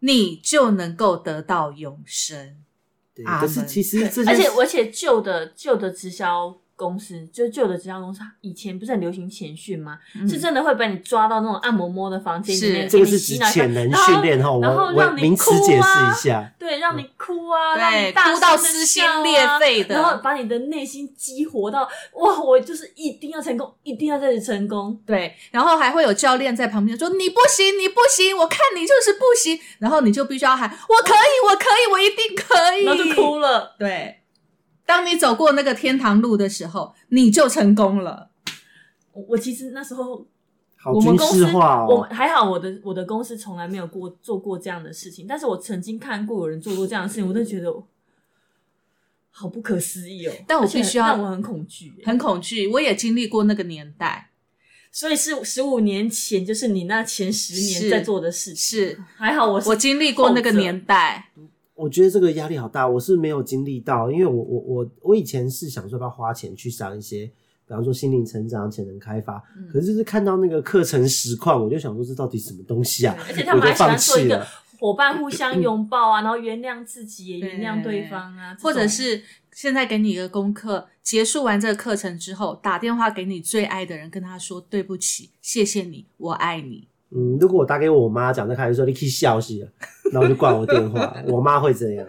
[SPEAKER 1] 你就能够得到永生。
[SPEAKER 2] 对，
[SPEAKER 1] 阿
[SPEAKER 2] 可是
[SPEAKER 1] 门
[SPEAKER 2] 其实这
[SPEAKER 4] 啊而
[SPEAKER 2] 件
[SPEAKER 4] 且
[SPEAKER 2] 事
[SPEAKER 4] 而且旧的旧的直销公司，就是旧的直销公司，以前不是很流行前训吗？
[SPEAKER 1] 嗯
[SPEAKER 4] 是真的会把你抓到那种按摩摸的房间里面，
[SPEAKER 1] 是
[SPEAKER 2] 这
[SPEAKER 4] 给
[SPEAKER 2] 个嗯
[SPEAKER 4] 你
[SPEAKER 2] 是
[SPEAKER 4] 洗
[SPEAKER 2] 指
[SPEAKER 4] 脑一下
[SPEAKER 2] 潜能
[SPEAKER 4] 然后
[SPEAKER 2] 训练哈，我
[SPEAKER 4] 然后
[SPEAKER 2] 我
[SPEAKER 4] 让你
[SPEAKER 2] 名词
[SPEAKER 4] 哭
[SPEAKER 2] 解释
[SPEAKER 4] 啊
[SPEAKER 2] 一下，
[SPEAKER 4] 对，让你哭啊，
[SPEAKER 1] 对
[SPEAKER 4] 让你大声地
[SPEAKER 1] 哭到撕心裂肺的
[SPEAKER 4] 笑啊然后把你的内心激活到哇，我就是一定要成功，一定要在这里成功。
[SPEAKER 1] 对，然后还会有教练在旁边说：“你不行，你不行，我看你就是不行。”然后你就必须要喊：“我可以，我可以，我一定可以。”
[SPEAKER 4] 然后就哭了，
[SPEAKER 1] 对，当你走过那个天堂路的时候，你就成功了。
[SPEAKER 4] 我我其实那时候
[SPEAKER 2] 好
[SPEAKER 4] 我们
[SPEAKER 2] 军
[SPEAKER 4] 公
[SPEAKER 2] 事
[SPEAKER 4] 司，
[SPEAKER 2] 化
[SPEAKER 4] 我
[SPEAKER 2] 哦。
[SPEAKER 4] 还好，我的我的公司从来没有过做过这样的事情，但是我曾经看过有人做过这样的事情，我都觉得好不可思议哦。
[SPEAKER 1] 但我
[SPEAKER 4] 而且
[SPEAKER 1] 必须要
[SPEAKER 4] 让我很恐惧耶，
[SPEAKER 1] 很恐惧，我也经历过那个年代。
[SPEAKER 4] 所以是十五年前，就是你那前十
[SPEAKER 1] 是
[SPEAKER 4] 年在做的事情。
[SPEAKER 1] 是
[SPEAKER 4] 还好我是
[SPEAKER 1] 我经历过那个年代，
[SPEAKER 2] 我觉得这个压力好大，我是没有经历到，因为我我我我以前是想说要不要花钱去上一些，比方说心灵成长、潜能开发，
[SPEAKER 1] 嗯
[SPEAKER 2] 可是就是看到那个课程实况，我就想说这到底什么东西啊？
[SPEAKER 4] 而且他们
[SPEAKER 2] 我就
[SPEAKER 4] 还喜欢
[SPEAKER 2] 放
[SPEAKER 4] 做一
[SPEAKER 2] 弃
[SPEAKER 4] 个
[SPEAKER 2] 了。
[SPEAKER 4] 伙伴互相拥抱啊，然后原谅自己，也原谅对方啊，这种
[SPEAKER 1] 或者是现在给你一个功课，结束完这个课程之后，打电话给你最爱的人，跟他说对不起，谢谢你，我爱你。
[SPEAKER 2] 嗯，如果我打给我妈讲这开始说你可以笑死了，然后我就挂我电话，我妈会这样。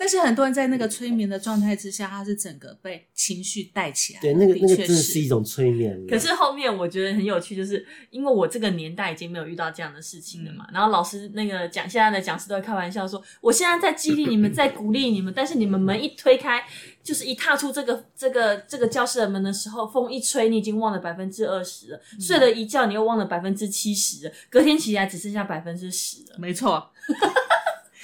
[SPEAKER 1] 但是很多人在那个催眠的状态之下，他是整个被情绪带起来的。
[SPEAKER 2] 对，那个
[SPEAKER 1] 的
[SPEAKER 2] 那个
[SPEAKER 1] 确
[SPEAKER 2] 真的是一种催眠了。
[SPEAKER 4] 可是后面我觉得很有趣，就是因为我这个年代已经没有遇到这样的事情了嘛。然后老师那个讲现在的讲师都会开玩笑说，我现在在激励你们，在鼓励你们，但是你们门一推开，就是一踏出这个这个这个教室的门的时候，风一吹，你已经忘了百分之二十了，睡了一觉你又忘了百分之七十了，隔天起来只剩下百分之十了。
[SPEAKER 1] 没错，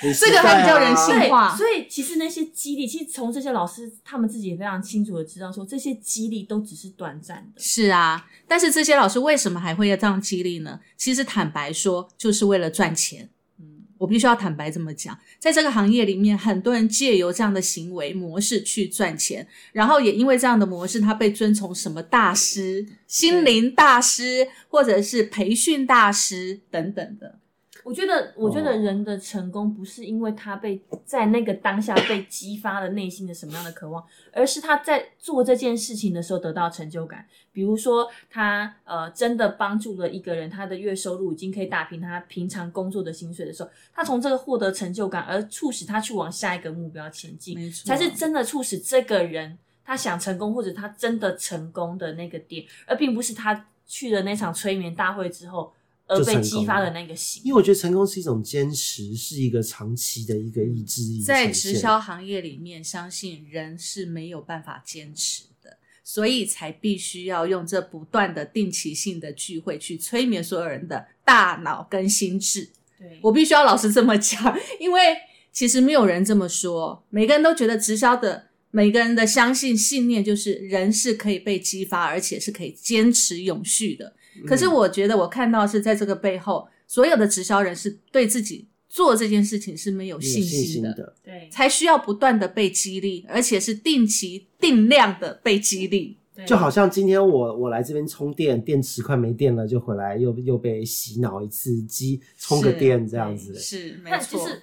[SPEAKER 2] 你
[SPEAKER 1] 这个还比较人性
[SPEAKER 2] 失败啊
[SPEAKER 4] 对
[SPEAKER 1] 化，
[SPEAKER 4] 所以其实那些激励，其实从这些老师他们自己也非常清楚的知道说，这些激励都只是短暂的。
[SPEAKER 1] 是啊。但是这些老师为什么还会要这样激励呢？其实坦白说，就是为了赚钱。
[SPEAKER 4] 嗯，
[SPEAKER 1] 我必须要坦白这么讲，在这个行业里面，很多人借由这样的行为模式去赚钱，然后也因为这样的模式，他被尊崇什么大师、心灵大师，或者是培训大师等等的。
[SPEAKER 4] 我觉得，我觉
[SPEAKER 2] 哦
[SPEAKER 4] 得人的成功不是因为他被在那个当下被激发了内心的什么样的渴望，而是他在做这件事情的时候得到成就感。比如说他，呃真的帮助了一个人，他的月收入已经可以打平他平常工作的薪水的时候，他从这个获得成就感，而促使他去往下一个目标前进。
[SPEAKER 1] 没错
[SPEAKER 4] 才是真的促使这个人他想成功或者他真的成功的那个点，而并不是他去了那场催眠大会之后而
[SPEAKER 2] 就成
[SPEAKER 4] 被
[SPEAKER 2] 功
[SPEAKER 4] 激发的那个心
[SPEAKER 2] 因。为我觉得成功是一种坚持，是一个长期的一个意志力的
[SPEAKER 1] 在
[SPEAKER 2] 呈
[SPEAKER 1] 直
[SPEAKER 2] 现
[SPEAKER 1] 销行业里面，相信人是没有办法坚持的，所以才必须要用这不断的定期性的聚会去催眠所有人的大脑跟心智。
[SPEAKER 4] 对，
[SPEAKER 1] 我必须要老实这么讲，因为其实没有人这么说，每个人都觉得直销的。每个人的相信信念就是人是可以被激发，而且是可以坚持永续的。
[SPEAKER 2] 嗯
[SPEAKER 1] 可是我觉得我看到是在这个背后，所有的直销人是对自己做这件事情是没有
[SPEAKER 2] 你有
[SPEAKER 1] 信
[SPEAKER 2] 信
[SPEAKER 1] 心的，
[SPEAKER 2] 的。
[SPEAKER 4] 对
[SPEAKER 1] 才需要不断的被激励，而且是定期定量的被激励。
[SPEAKER 4] 对
[SPEAKER 2] 就好像今天我我来这边充电，电池快没电了，就回来又又被洗脑一次，机充个
[SPEAKER 1] 是
[SPEAKER 2] 电这样子。
[SPEAKER 1] 是，没
[SPEAKER 4] 但
[SPEAKER 1] 错，
[SPEAKER 4] 就是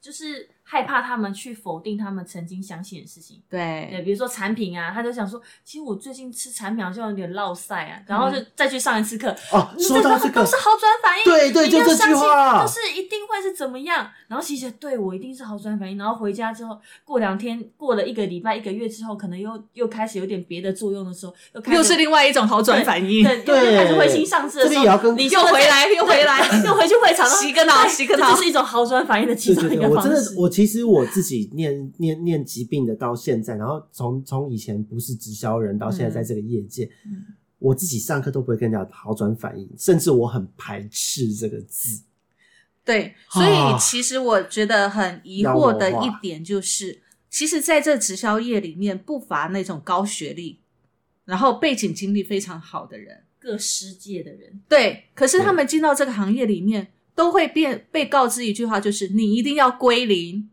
[SPEAKER 4] 就是害怕他们去否定他们曾经相信的事情。对，
[SPEAKER 1] 对，
[SPEAKER 4] 比如说产品啊，他就想说，其实我最近吃产品好像有点落塞啊，然后就再去上一次课，
[SPEAKER 2] 哦，嗯
[SPEAKER 4] 你
[SPEAKER 2] 说到
[SPEAKER 4] 这
[SPEAKER 2] 这个
[SPEAKER 4] 都是，好转反应，
[SPEAKER 2] 对对
[SPEAKER 4] 一定要
[SPEAKER 2] 就这句
[SPEAKER 4] 相信
[SPEAKER 2] 话
[SPEAKER 4] 就是一定会是怎么样。然后其实对我一定是好转反应，然后回家之后过两天，过了一个礼拜、一个月之后，可能又又开始有点别的作用的时候，又开始
[SPEAKER 1] 又是另外一种好转反应。
[SPEAKER 4] 对，又又开始灰心丧志的
[SPEAKER 2] 这
[SPEAKER 4] 时
[SPEAKER 2] 边
[SPEAKER 4] 候，
[SPEAKER 2] 也要跟
[SPEAKER 4] 你
[SPEAKER 1] 又回来又回来
[SPEAKER 4] 对又回去会场，然后
[SPEAKER 1] 洗个脑
[SPEAKER 4] 对
[SPEAKER 1] 洗个脑
[SPEAKER 4] 这就是一种好转反应的其
[SPEAKER 2] 对
[SPEAKER 4] 中
[SPEAKER 2] 对
[SPEAKER 4] 一
[SPEAKER 2] 对，
[SPEAKER 4] 个
[SPEAKER 2] 我
[SPEAKER 4] 方
[SPEAKER 2] 真的
[SPEAKER 4] 式。，
[SPEAKER 2] 我其实我自己念念念疾病的到现在，然后从从以前不是直销人到现在在这个业界，
[SPEAKER 4] 嗯
[SPEAKER 2] 我自己上课都不会跟人家好转反应，甚至我很排斥这个字。
[SPEAKER 1] 对，所以
[SPEAKER 2] 啊
[SPEAKER 1] 其实我觉得很疑惑的一点就是，其实在这直销业里面不乏那种高学历，然后背景经历非常好的人，
[SPEAKER 4] 各世界的人，
[SPEAKER 1] 对，可是他们进到这个行业里面，都会变被告知一句话，就是你一定要归零，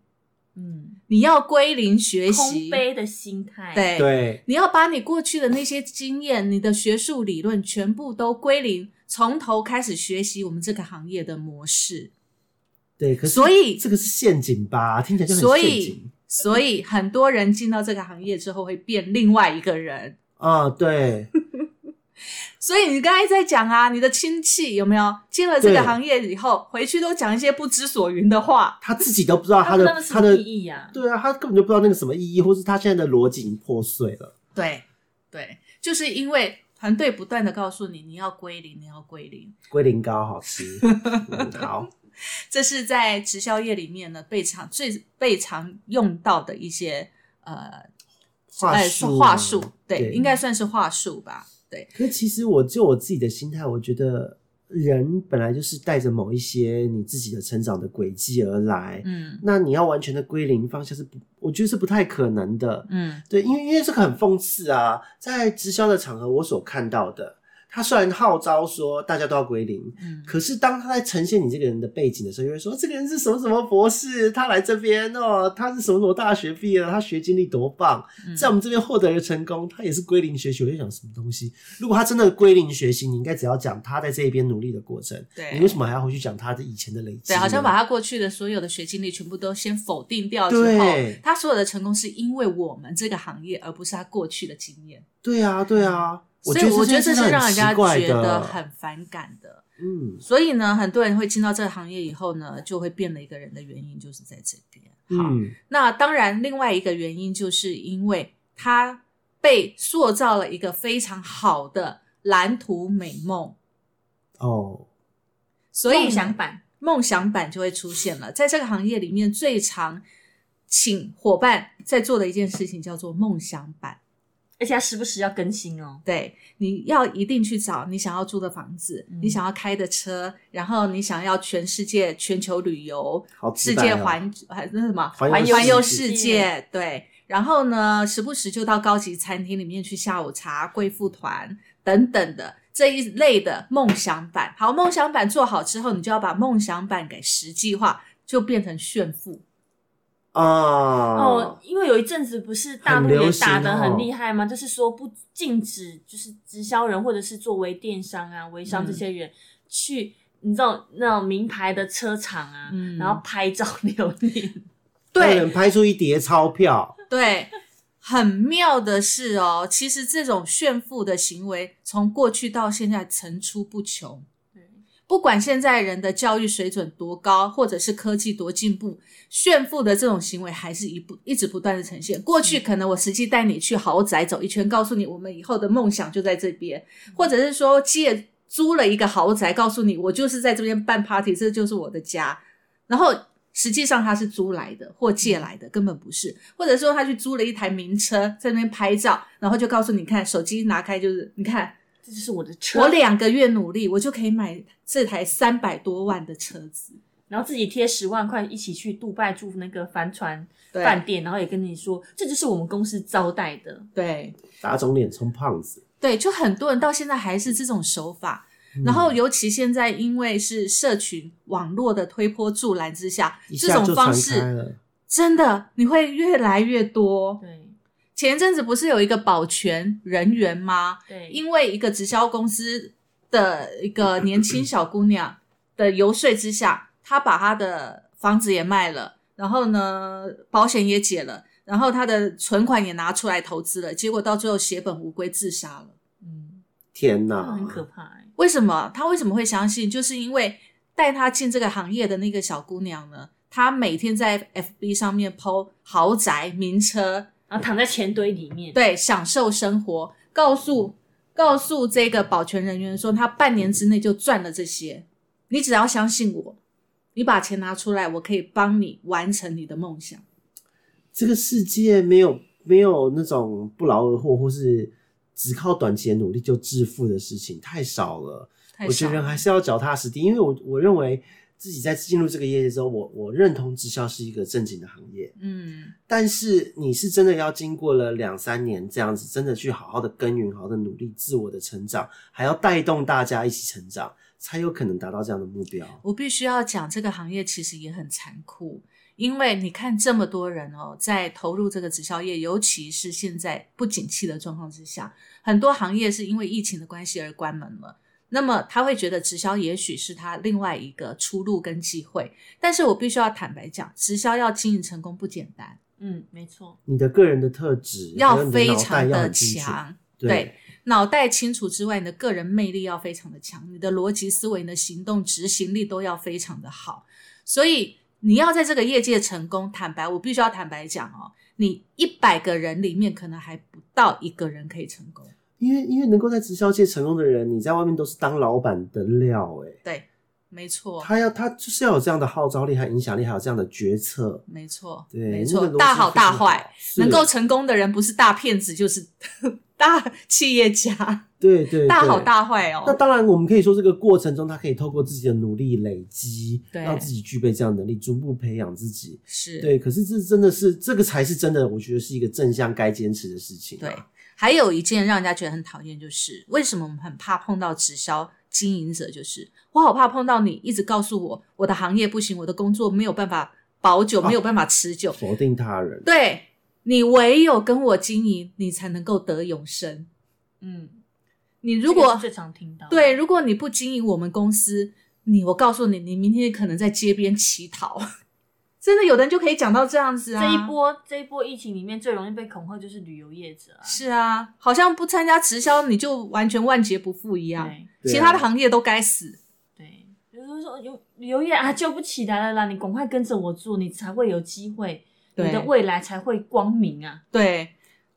[SPEAKER 4] 嗯，
[SPEAKER 1] 你要归零学
[SPEAKER 4] 空
[SPEAKER 1] 习，
[SPEAKER 4] 杯的心态，，
[SPEAKER 1] 对
[SPEAKER 2] 对，
[SPEAKER 1] 你要把你过去的那些经验、你的学术理论全部都归零，从头开始学习我们这个行业的模式。
[SPEAKER 2] 对，可是
[SPEAKER 1] 所以
[SPEAKER 2] 这个是陷阱吧？听起来就
[SPEAKER 1] 所
[SPEAKER 2] 很陷
[SPEAKER 1] 以
[SPEAKER 2] 阱，
[SPEAKER 1] 所以很多人进到这个行业之后会变另外一个人。
[SPEAKER 2] 啊、对，
[SPEAKER 1] 所以你刚才在讲啊，你的亲戚有没有进了这个
[SPEAKER 2] 对
[SPEAKER 1] 行业以后，回去都讲一些不知所云的话？
[SPEAKER 2] 他自己都不知道他
[SPEAKER 4] 他不知
[SPEAKER 2] 的
[SPEAKER 4] 道那什
[SPEAKER 2] 他
[SPEAKER 4] 么
[SPEAKER 2] 的
[SPEAKER 4] 意义呀、
[SPEAKER 2] 对啊，他根本就不知道那个什么意义，或是他现在的逻辑已经破碎了。
[SPEAKER 1] 对，对，就是因为团队不断的告诉你，你要归零，你要归零。
[SPEAKER 2] 龟苓膏好吃，嗯好，
[SPEAKER 1] 这是在直销业里面呢被常最被常用到的一些呃
[SPEAKER 2] 话
[SPEAKER 1] 呃
[SPEAKER 2] 术
[SPEAKER 1] 话
[SPEAKER 2] 啊
[SPEAKER 1] 术，对，
[SPEAKER 2] 对
[SPEAKER 1] 应该算是话术吧。对，
[SPEAKER 2] 可是其实我就我自己的心态，我觉得人本来就是带着某一些你自己的成长的轨迹而来，
[SPEAKER 1] 嗯
[SPEAKER 2] 那你要完全的归零方向是不，我觉得是不太可能的。
[SPEAKER 1] 嗯
[SPEAKER 2] 对，因为因为这个很讽刺啊，在直销的场合，我所看到的，他虽然号召说大家都要归零，
[SPEAKER 1] 嗯，
[SPEAKER 2] 可是当他在呈现你这个人的背景的时候，就会说这个人是什么什么博士，他来这边哦，他是什么什么大学毕业的，他学经历多棒，
[SPEAKER 1] 嗯
[SPEAKER 2] 在我们这边获得了成功，他也是归零学习。我就想什么东西？如果他真的归零学习，你应该只要讲他在这一边努力的过程，你为
[SPEAKER 1] 对
[SPEAKER 2] 什么还要回去讲他的以前的累积
[SPEAKER 1] 对，
[SPEAKER 2] 呢？
[SPEAKER 1] 好像把他过去的所有的学经历全部都先否定掉之后
[SPEAKER 2] 对，
[SPEAKER 1] 他所有的成功是因为我们这个行业，而不是他过去的经验。
[SPEAKER 2] 对啊，对啊，
[SPEAKER 1] 所以我觉得这
[SPEAKER 2] 是
[SPEAKER 1] 是
[SPEAKER 2] 很
[SPEAKER 1] 让人家
[SPEAKER 2] 奇怪
[SPEAKER 1] 觉得
[SPEAKER 2] 的
[SPEAKER 1] 很反感的。
[SPEAKER 2] 嗯。
[SPEAKER 1] 所以呢，很多人会进到这个行业以后呢，就会变了一个人的原因就是在这边。好，
[SPEAKER 2] 嗯，
[SPEAKER 1] 那当然，另外一个原因就是因为他被塑造了一个非常好的蓝图美梦，
[SPEAKER 2] 哦，
[SPEAKER 1] 所以
[SPEAKER 4] 梦想版
[SPEAKER 1] 梦想版就会出现了。在这个行业里面，最常请伙伴在做的一件事情叫做梦想版。
[SPEAKER 4] 而且它时不时要更新哦。
[SPEAKER 1] 对，你要一定去找你想要住的房子，
[SPEAKER 4] 嗯
[SPEAKER 1] 你想要开的车，然后你想要全世界全球旅游，
[SPEAKER 2] 好直
[SPEAKER 1] 世
[SPEAKER 2] 白
[SPEAKER 1] 界
[SPEAKER 2] 哦
[SPEAKER 1] 环还那什么
[SPEAKER 2] 环
[SPEAKER 4] 游
[SPEAKER 1] 环游
[SPEAKER 4] 世
[SPEAKER 1] 世界，对。然后呢，时不时就到高级餐厅里面去下午茶、贵妇团等等的这一类的梦想版。好，梦想版做好之后，你就要把梦想版给实际化，就变成炫富。
[SPEAKER 2] 啊，
[SPEAKER 4] 哦，因为有一阵子不是大陆
[SPEAKER 2] 很流
[SPEAKER 4] 也
[SPEAKER 2] 行
[SPEAKER 4] 打得
[SPEAKER 2] 哦
[SPEAKER 4] 很厉害吗？就是说不禁止，就是直销人或者是作为电商啊、微商
[SPEAKER 1] 嗯
[SPEAKER 4] 这些人、去，你知道那种名牌的车厂啊，
[SPEAKER 1] 嗯
[SPEAKER 4] 然后拍照留念。
[SPEAKER 2] 有
[SPEAKER 1] 对
[SPEAKER 2] 人拍出一叠钞票，
[SPEAKER 1] 对，很妙的是哦，其实这种炫富的行为从过去到现在层出不穷。不管现在人的教育水准多高，或者是科技多进步，炫富的这种行为还是一不一直不断的呈现。过去可能我实际带你去豪宅走一圈，告诉你我们以后的梦想就在这边，或者是说借租了一个豪宅，告诉你我就是在这边办 party，这就是我的家。然后实际上他是租来的或借来的，根本不是。或者说他去租了一台名车，在那边拍照，然后就告诉你看，手机拿开就是你看
[SPEAKER 4] 这就是我的车，
[SPEAKER 1] 我两个月努力，我就可以买这台三百多万的车子。
[SPEAKER 4] 然后自己贴十万块一起去杜拜住那个帆船
[SPEAKER 1] 对
[SPEAKER 4] 饭店，然后也跟你说，这就是我们公司招待的。
[SPEAKER 1] 对
[SPEAKER 2] 打肿脸充胖子。
[SPEAKER 1] 对，就很多人到现在还是这种手法。
[SPEAKER 2] 嗯
[SPEAKER 1] 然后，尤其现在因为是社群网络的推波助澜之下，
[SPEAKER 2] 一
[SPEAKER 1] 这
[SPEAKER 2] 下
[SPEAKER 1] 种
[SPEAKER 2] 就
[SPEAKER 1] 方
[SPEAKER 2] 传开
[SPEAKER 1] 式
[SPEAKER 2] 了，
[SPEAKER 1] 真的你会越来越多。
[SPEAKER 4] 对
[SPEAKER 1] 前一阵子不是有一个保全人员吗？
[SPEAKER 4] 对，
[SPEAKER 1] 因为一个直销公司的一个年轻小姑娘的游说之下，她把她的房子也卖了，然后呢，保险也解了，然后她的存款也拿出来投资了，结果到最后血本无归自杀了。
[SPEAKER 4] 嗯，
[SPEAKER 2] 天
[SPEAKER 4] 这个
[SPEAKER 2] 哪，
[SPEAKER 4] 很可怕、欸。
[SPEAKER 1] 为什么？她为什么会相信？就是因为带她进这个行业的那个小姑娘呢，她每天在 FB 上面 PO 豪宅、名车，
[SPEAKER 4] 然后躺在钱堆里面，
[SPEAKER 1] 对，享受生活，告
[SPEAKER 2] 嗯
[SPEAKER 1] 诉告诉这个保全人员说，他半年之内就赚了这些，你只要相信我，你把钱拿出来，我可以帮你完成你的梦想。
[SPEAKER 2] 这个世界没有没有那种不劳而获或是只靠短期的努力就致富的事情太少了。
[SPEAKER 1] 太
[SPEAKER 2] 我
[SPEAKER 1] 少
[SPEAKER 2] 觉得
[SPEAKER 1] 了
[SPEAKER 2] 人还是要脚踏实地，因为我我认为自己在进入这个业界之后，我我认同直销是一个正经的行业，
[SPEAKER 1] 嗯，
[SPEAKER 2] 但是你是真的要经过了两三年这样子，真的去好好的耕耘，好好的努力，自我的成长，还要带动大家一起成长，才有可能达到这样的目标。
[SPEAKER 1] 我必须要讲这个行业其实也很残酷，因为你看这么多人哦，在投入这个直销业，尤其是现在不景气的状况之下，很多行业是因为疫情的关系而关门了。那么他会觉得直销也许是他另外一个出路跟机会。但是我必须要坦白讲，直销要经营成功不简单，
[SPEAKER 4] 嗯，没错，
[SPEAKER 2] 你的个人的特质还有
[SPEAKER 1] 要
[SPEAKER 2] 你
[SPEAKER 1] 非
[SPEAKER 2] 脑袋
[SPEAKER 1] 常
[SPEAKER 2] 要
[SPEAKER 1] 的
[SPEAKER 2] 很清楚
[SPEAKER 1] 强，对
[SPEAKER 2] 对，
[SPEAKER 1] 脑袋清楚之外，你的个人魅力要非常的强，你的逻辑思维、你的行动执行力都要非常的好。所以你要在这个业界成功，坦白，我必须要坦白讲哦，你一百个人里面可能还不到一个人可以成功。
[SPEAKER 2] 因为因为能够在直销界成功的人，你在外面都是当老板的料、欸，
[SPEAKER 1] 对，没错，
[SPEAKER 2] 他要他就是要有这样的号召力和影响力，还有这样的决策，
[SPEAKER 1] 没错，
[SPEAKER 2] 对，
[SPEAKER 1] 没
[SPEAKER 2] 那
[SPEAKER 1] 错
[SPEAKER 2] 个逻，辑
[SPEAKER 1] 大好
[SPEAKER 2] 非常
[SPEAKER 1] 大坏，，
[SPEAKER 2] 是
[SPEAKER 1] 能够成功的人不是大骗子就是 <laughs> 大企业家，
[SPEAKER 2] 对对
[SPEAKER 1] 大好。
[SPEAKER 2] 对
[SPEAKER 1] 大坏
[SPEAKER 2] 那
[SPEAKER 1] 哦。
[SPEAKER 2] 当然，我们可以说这个过程中，他可以透过自己的努力累积，
[SPEAKER 1] 对
[SPEAKER 2] 让自己具备这样的能力，逐步培养自己。
[SPEAKER 1] 是，
[SPEAKER 2] 对，可是这真的是这个才是真的，我觉得是一个正向该坚持的事情、啊
[SPEAKER 1] 对，还有一件让人家觉得很讨厌，就是为什么我们很怕碰到直销经营者，就是我好怕碰到你一直告诉我我的行业不行，我的工作没有办法保久，
[SPEAKER 4] 哦
[SPEAKER 2] 啊
[SPEAKER 1] 没有办法持久。
[SPEAKER 2] 否定他人，
[SPEAKER 1] 对你唯有跟我经营，你才能够得永生。
[SPEAKER 4] 嗯，
[SPEAKER 1] 你如
[SPEAKER 4] 这个
[SPEAKER 1] 果
[SPEAKER 4] 是最常听到的，
[SPEAKER 1] 对，如果你不经营我们公司，你我告诉你，你明天可能在街边乞讨。真的，有的人就可以讲到这样子啊，
[SPEAKER 4] 这一波这一波疫情里面最容易被恐吓就是旅游业者啊，
[SPEAKER 1] 是啊，好像不参加直销你就完全万劫不复一样。
[SPEAKER 4] 对
[SPEAKER 2] 对啊
[SPEAKER 1] 其他的行业都该死。
[SPEAKER 4] 对，就是说有旅游业啊救不起来了啦，你赶快跟着我做，你才会有机会，你的未来才会光明啊，
[SPEAKER 1] 对，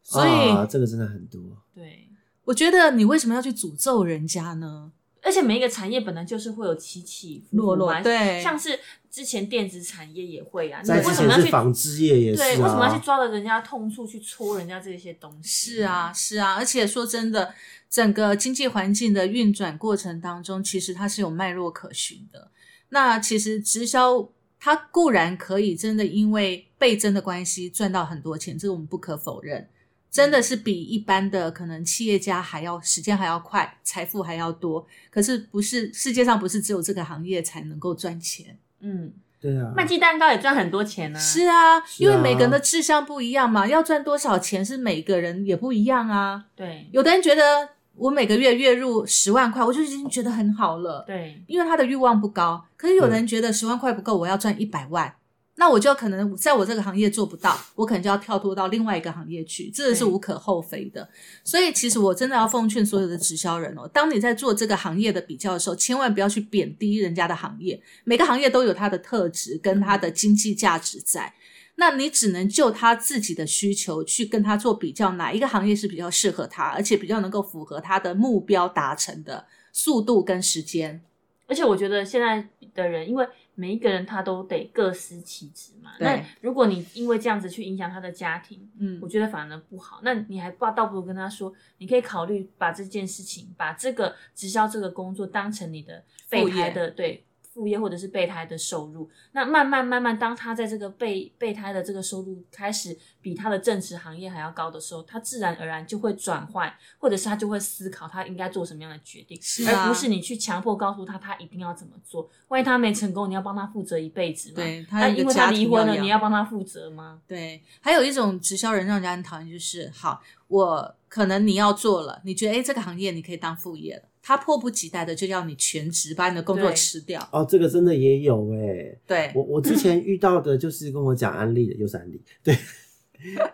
[SPEAKER 1] 所以、
[SPEAKER 2] 啊，这个真的很多。
[SPEAKER 4] 对。
[SPEAKER 1] 我觉得你为什么要去诅咒人家呢？
[SPEAKER 4] 而且每一个产业本来就是会有起起伏
[SPEAKER 1] 落
[SPEAKER 4] 伏
[SPEAKER 1] 落
[SPEAKER 4] 嘛，
[SPEAKER 1] 对
[SPEAKER 4] 像是之前电子产业也会啊，你
[SPEAKER 2] 在
[SPEAKER 4] 为
[SPEAKER 2] 之
[SPEAKER 4] 什么
[SPEAKER 2] 前
[SPEAKER 4] 要
[SPEAKER 2] 是
[SPEAKER 4] 去
[SPEAKER 2] 纺织业也是啊，
[SPEAKER 4] 对，为什么要去抓着人家痛处去戳人家这些东西？
[SPEAKER 1] 是啊，，是啊，而且说真的，整个经济环境的运转过程当中，其实它是有脉络可循的。那其实直销它固然可以真的因为倍增的关系赚到很多钱，这个我们不可否认，真的是比一般的可能企业家还要时间还要快，财富还要多。可是不是世界上不是只有这个行业才能够赚钱。
[SPEAKER 4] 嗯，
[SPEAKER 2] 对啊，
[SPEAKER 4] 卖鸡蛋糕也赚很多钱呢、
[SPEAKER 1] 是啊，因为
[SPEAKER 2] 是啊
[SPEAKER 1] 每个人的志向不一样嘛，要赚多少钱是每个人也不一样啊。
[SPEAKER 4] 对
[SPEAKER 1] 有的人觉得我每个月月入十万块，我就已经觉得很好了，
[SPEAKER 4] 对
[SPEAKER 1] 因为他的欲望不高。可是有的人觉得十万块不够，我要赚一百万，那我就可能在我这个行业做不到，我可能就要跳脱到另外一个行业去，这个是
[SPEAKER 4] 对
[SPEAKER 1] 无可厚非的。所以其实我真的要奉劝所有的直销人哦，当你在做这个行业的比较的时候，千万不要去贬低人家的行业，每个行业都有它的特质跟它的经济价值在。那你只能就他自己的需求去跟他做比较，哪一个行业是比较适合他，而且比较能够符合他的目标达成的速度跟时间。
[SPEAKER 4] 而且我觉得现在的人，因为每一个人他都得各司其职嘛。
[SPEAKER 1] 对
[SPEAKER 4] 那如果你因为这样子去影响他的家庭，
[SPEAKER 1] 嗯
[SPEAKER 4] 我觉得反而不好。那你还不倒不如跟他说，你可以考虑把这件事情，把这个直销这个工作当成你的备胎的对副业或者是备胎的收入。那慢慢慢慢，当他在这个备备胎的这个收入开始比他的正职行业还要高的时候，他自然而然就会转换，或者是他就会思考他应该做什么样的决定，
[SPEAKER 1] 是啊
[SPEAKER 4] 而不是你去强迫告诉他他一定要怎么做。万一他没成功，你要帮他负责一辈子嘛？
[SPEAKER 1] 对他
[SPEAKER 4] 那
[SPEAKER 1] 有一个
[SPEAKER 4] 因为他
[SPEAKER 1] 家庭
[SPEAKER 4] 离婚
[SPEAKER 1] 要
[SPEAKER 4] 了，
[SPEAKER 1] 养
[SPEAKER 4] 你要帮他负责吗？
[SPEAKER 1] 对，还有一种直销人让人家很讨厌，就是好，我可能你要做了，你觉得诶这个行业你可以当副业了，他迫不及待的就要你全职把你的工作
[SPEAKER 4] 对
[SPEAKER 1] 吃掉。
[SPEAKER 2] 哦，这个真的也有哎、
[SPEAKER 1] 对，嗯
[SPEAKER 2] 我我之前遇到的就是跟我讲安利的，又是安利，对，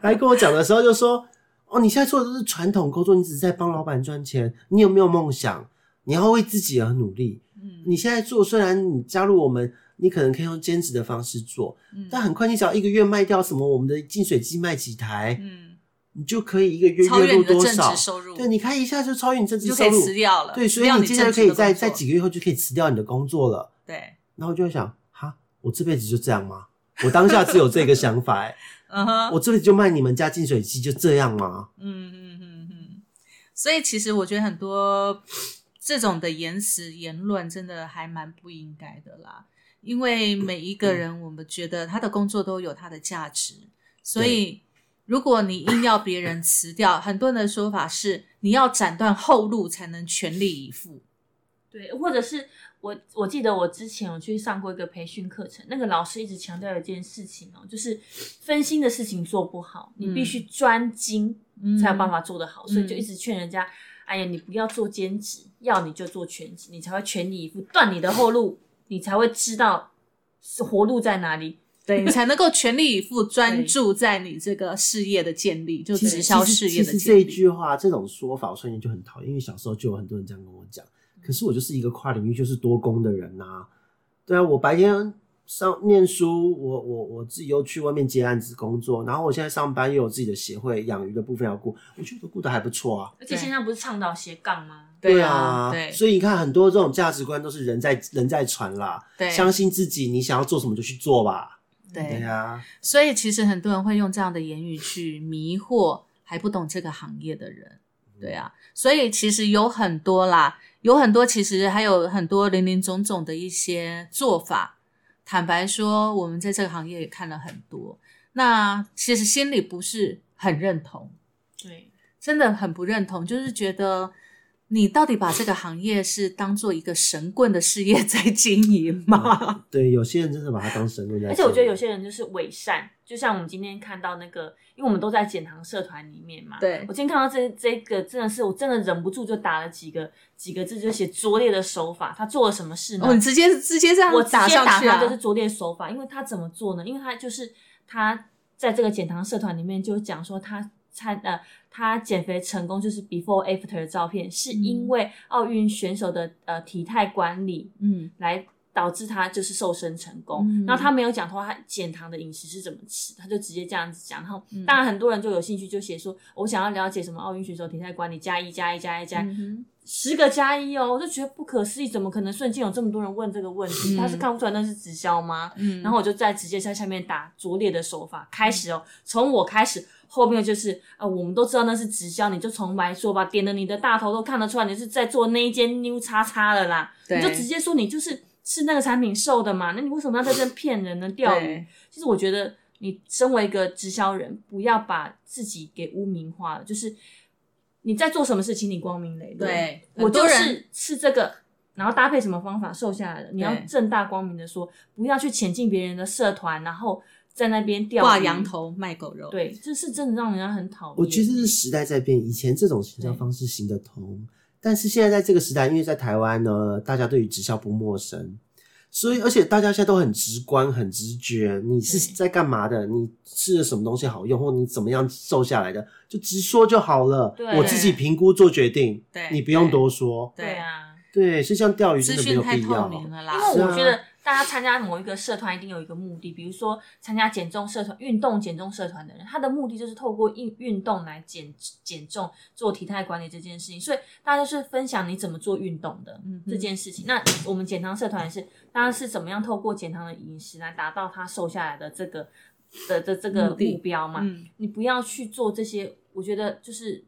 [SPEAKER 2] 来跟我讲的时候就说，哦，你现在做的都是传统工作，你只是在帮老板赚钱，你有没有梦想？你要为自己而努力。
[SPEAKER 1] 嗯
[SPEAKER 2] 你现在做，虽然你加入我们，你可能可以用兼职的方式做，
[SPEAKER 1] 嗯
[SPEAKER 2] 但很快你只要一个月卖掉什么我们的净水机卖几台，
[SPEAKER 1] 嗯，
[SPEAKER 2] 你就可以一个月
[SPEAKER 1] 超
[SPEAKER 2] 月
[SPEAKER 1] 越
[SPEAKER 2] 入
[SPEAKER 1] 你的
[SPEAKER 2] 多
[SPEAKER 1] 正
[SPEAKER 2] 少
[SPEAKER 1] 职？收入，
[SPEAKER 2] 对，你看一下就超越你正
[SPEAKER 1] 你
[SPEAKER 2] 职
[SPEAKER 1] 就可
[SPEAKER 2] 收
[SPEAKER 1] 以
[SPEAKER 2] 入
[SPEAKER 1] 辞，掉了。
[SPEAKER 2] 对，所以
[SPEAKER 1] 掉
[SPEAKER 2] 你
[SPEAKER 1] 你
[SPEAKER 2] 接下来
[SPEAKER 1] 正
[SPEAKER 2] 就
[SPEAKER 1] 职
[SPEAKER 2] 可以
[SPEAKER 1] 的
[SPEAKER 2] 在
[SPEAKER 1] 工作
[SPEAKER 2] 在几个月后就可以辞掉你的工作了。
[SPEAKER 1] 对，
[SPEAKER 2] 然后我就会想，哈，我这辈子就这样吗？我当下只有这个想法、
[SPEAKER 1] <laughs>
[SPEAKER 2] 欸，
[SPEAKER 1] 嗯哼，
[SPEAKER 2] 我这辈子就卖你们家净水器，就这样吗？
[SPEAKER 1] 嗯嗯嗯嗯，所以其实我觉得很多这种的言辞言论真的还蛮不应该的啦，因为每一个人，我们觉得他的工作都有他的价值，所以如果你硬要别人辞掉，很多人的说法是你要斩断后路才能全力以赴。
[SPEAKER 4] 对，或者是我我记得我之前有去上过一个培训课程，那个老师一直强调一件事情哦，就是分心的事情做不好，你必须专精
[SPEAKER 1] 嗯
[SPEAKER 4] 才有办法做得好，所以就
[SPEAKER 1] 嗯
[SPEAKER 4] 一直劝人家，哎呀，你不要做兼职，要你就做全职，你才会全力以赴，断你的后路，你才会知道是活路在哪里。
[SPEAKER 1] 对你才能够全力以赴，专注在你这个事业的建立，就
[SPEAKER 2] 其实
[SPEAKER 1] 直销
[SPEAKER 2] 其实
[SPEAKER 1] 事业的
[SPEAKER 2] 其实这
[SPEAKER 1] 建
[SPEAKER 2] 一
[SPEAKER 1] 立。
[SPEAKER 2] 句话，这种说法，我瞬间就很讨厌，因为小时候就有很多人这样跟我讲。可是我就是一个跨领域就是多工的人呐、对啊，我白天上念书，我我我自己又去外面接案子工作，然后我现在上班又有自己的协会养鱼的部分要顾，我觉得顾得还不错啊。
[SPEAKER 4] 而且现在不是倡导斜杠吗？
[SPEAKER 1] 对
[SPEAKER 2] 啊，
[SPEAKER 1] 对
[SPEAKER 2] 所以你看很多这种价值观都是人在人在传啦，
[SPEAKER 1] 对
[SPEAKER 2] 相信自己，你想要做什么就去做吧。对啊
[SPEAKER 1] 对，
[SPEAKER 2] 呀、
[SPEAKER 1] 所以其实很多人会用这样的言语去迷惑还不懂这个行业的人。对啊，所以其实有很多啦，有很多其实还有很多零零总总的一些做法。坦白说，我们在这个行业也看了很多，那其实心里不是很认同，
[SPEAKER 4] 对，
[SPEAKER 1] 真的很不认同，就是觉得你到底把这个行业是当做一个神棍的事业 <laughs> 在经营吗？
[SPEAKER 2] 对，有些人真的把它当神棍在做。
[SPEAKER 4] 而且我觉得有些人就是伪善，就像我们今天看到那个，因为我们都在减糖社团里面嘛。
[SPEAKER 1] 对
[SPEAKER 4] 我今天看到这这个真的是，我真的忍不住就打了几个几个字，就写拙劣的手法。他做了什么事呢？
[SPEAKER 1] 哦，你直接直接这样
[SPEAKER 4] 我直接
[SPEAKER 1] 上
[SPEAKER 4] 打
[SPEAKER 1] 去啊
[SPEAKER 4] 他就是拙劣手法，因为他怎么做呢？因为他就是他在这个减糖社团里面就讲说他参呃他减肥成功就是 before after 的照片，是
[SPEAKER 1] 嗯
[SPEAKER 4] 因为奥运选手的呃体态管理
[SPEAKER 1] 嗯
[SPEAKER 4] 来导致他就是瘦身成功。
[SPEAKER 1] 嗯
[SPEAKER 4] 然后他没有讲说他减糖的饮食是怎么吃，他就直接这样子讲。然后
[SPEAKER 1] 嗯
[SPEAKER 4] 当然很多人就有兴趣，就写说哦我想要了解什么奥运选手体态管理加一加一加一加一。
[SPEAKER 1] 嗯
[SPEAKER 4] 十个加一哦，我就觉得不可思议，怎么可能瞬间有这么多人问这个问
[SPEAKER 1] 嗯
[SPEAKER 4] 题？他是看不出来那是直销吗？
[SPEAKER 1] 嗯
[SPEAKER 4] 然后我就在直接在下面打拙劣的手法开始哦，从我开始，后面就是啊、呃我们都知道那是直销，你就从白说吧，点的你的大头都看得出来你是在做那一间 New 叉叉了啦，
[SPEAKER 1] 对
[SPEAKER 4] 你就直接说你就是吃那个产品瘦的嘛，那你为什么要在这骗人呢？钓鱼
[SPEAKER 1] 对？
[SPEAKER 4] 其实我觉得你身为一个直销人，不要把自己给污名化了，就是你在做什么事情，你光明磊落。
[SPEAKER 1] 对
[SPEAKER 4] 我
[SPEAKER 1] 很多
[SPEAKER 4] 就
[SPEAKER 1] 人
[SPEAKER 4] 是吃这个，然后搭配什么方法瘦下来的，你要
[SPEAKER 1] 对
[SPEAKER 4] 正大光明的说，不要去潜进别人的社团，然后在那边钓鱼
[SPEAKER 1] 挂羊。头卖狗肉，
[SPEAKER 4] 对，这是真的让人家很讨厌。
[SPEAKER 2] 我觉得是时代在变，以前这种行销方式行得通，但是现在在这个时代，因为在台湾呢，大家对于直销不陌生，所以而且大家现在都很直观、很直觉，你是
[SPEAKER 4] 对
[SPEAKER 2] 在干嘛的，你吃了什么东西好用，或你怎么样瘦下来的，就直说就好了
[SPEAKER 4] 对。
[SPEAKER 2] 我自己评估做决定，
[SPEAKER 1] 对
[SPEAKER 2] 你不用多说。
[SPEAKER 4] 对啊，
[SPEAKER 2] 对，所以像钓鱼真
[SPEAKER 1] 资
[SPEAKER 2] 的没
[SPEAKER 1] 讯
[SPEAKER 2] 有
[SPEAKER 1] 太
[SPEAKER 2] 必
[SPEAKER 1] 透
[SPEAKER 2] 要。
[SPEAKER 1] 明了
[SPEAKER 4] 因
[SPEAKER 1] 啦，
[SPEAKER 4] 为
[SPEAKER 2] 是
[SPEAKER 4] 我
[SPEAKER 2] 啊
[SPEAKER 4] 觉得大家参加某一个社团一定有一个目的，比如说参加减重社团、运动减重社团的人，他的目的就是透过运运动来减减重、做体态管理这件事情。所以大家就是分享你怎么做运动的
[SPEAKER 1] 嗯哼
[SPEAKER 4] 这件事情。那我们减糖社团也是大家是怎么样透过减糖的饮食来达到他瘦下来的这个的的这个
[SPEAKER 1] 目的
[SPEAKER 4] 目标嘛？
[SPEAKER 1] <laughs> 嗯，
[SPEAKER 4] 你不要去做这些，我觉得就是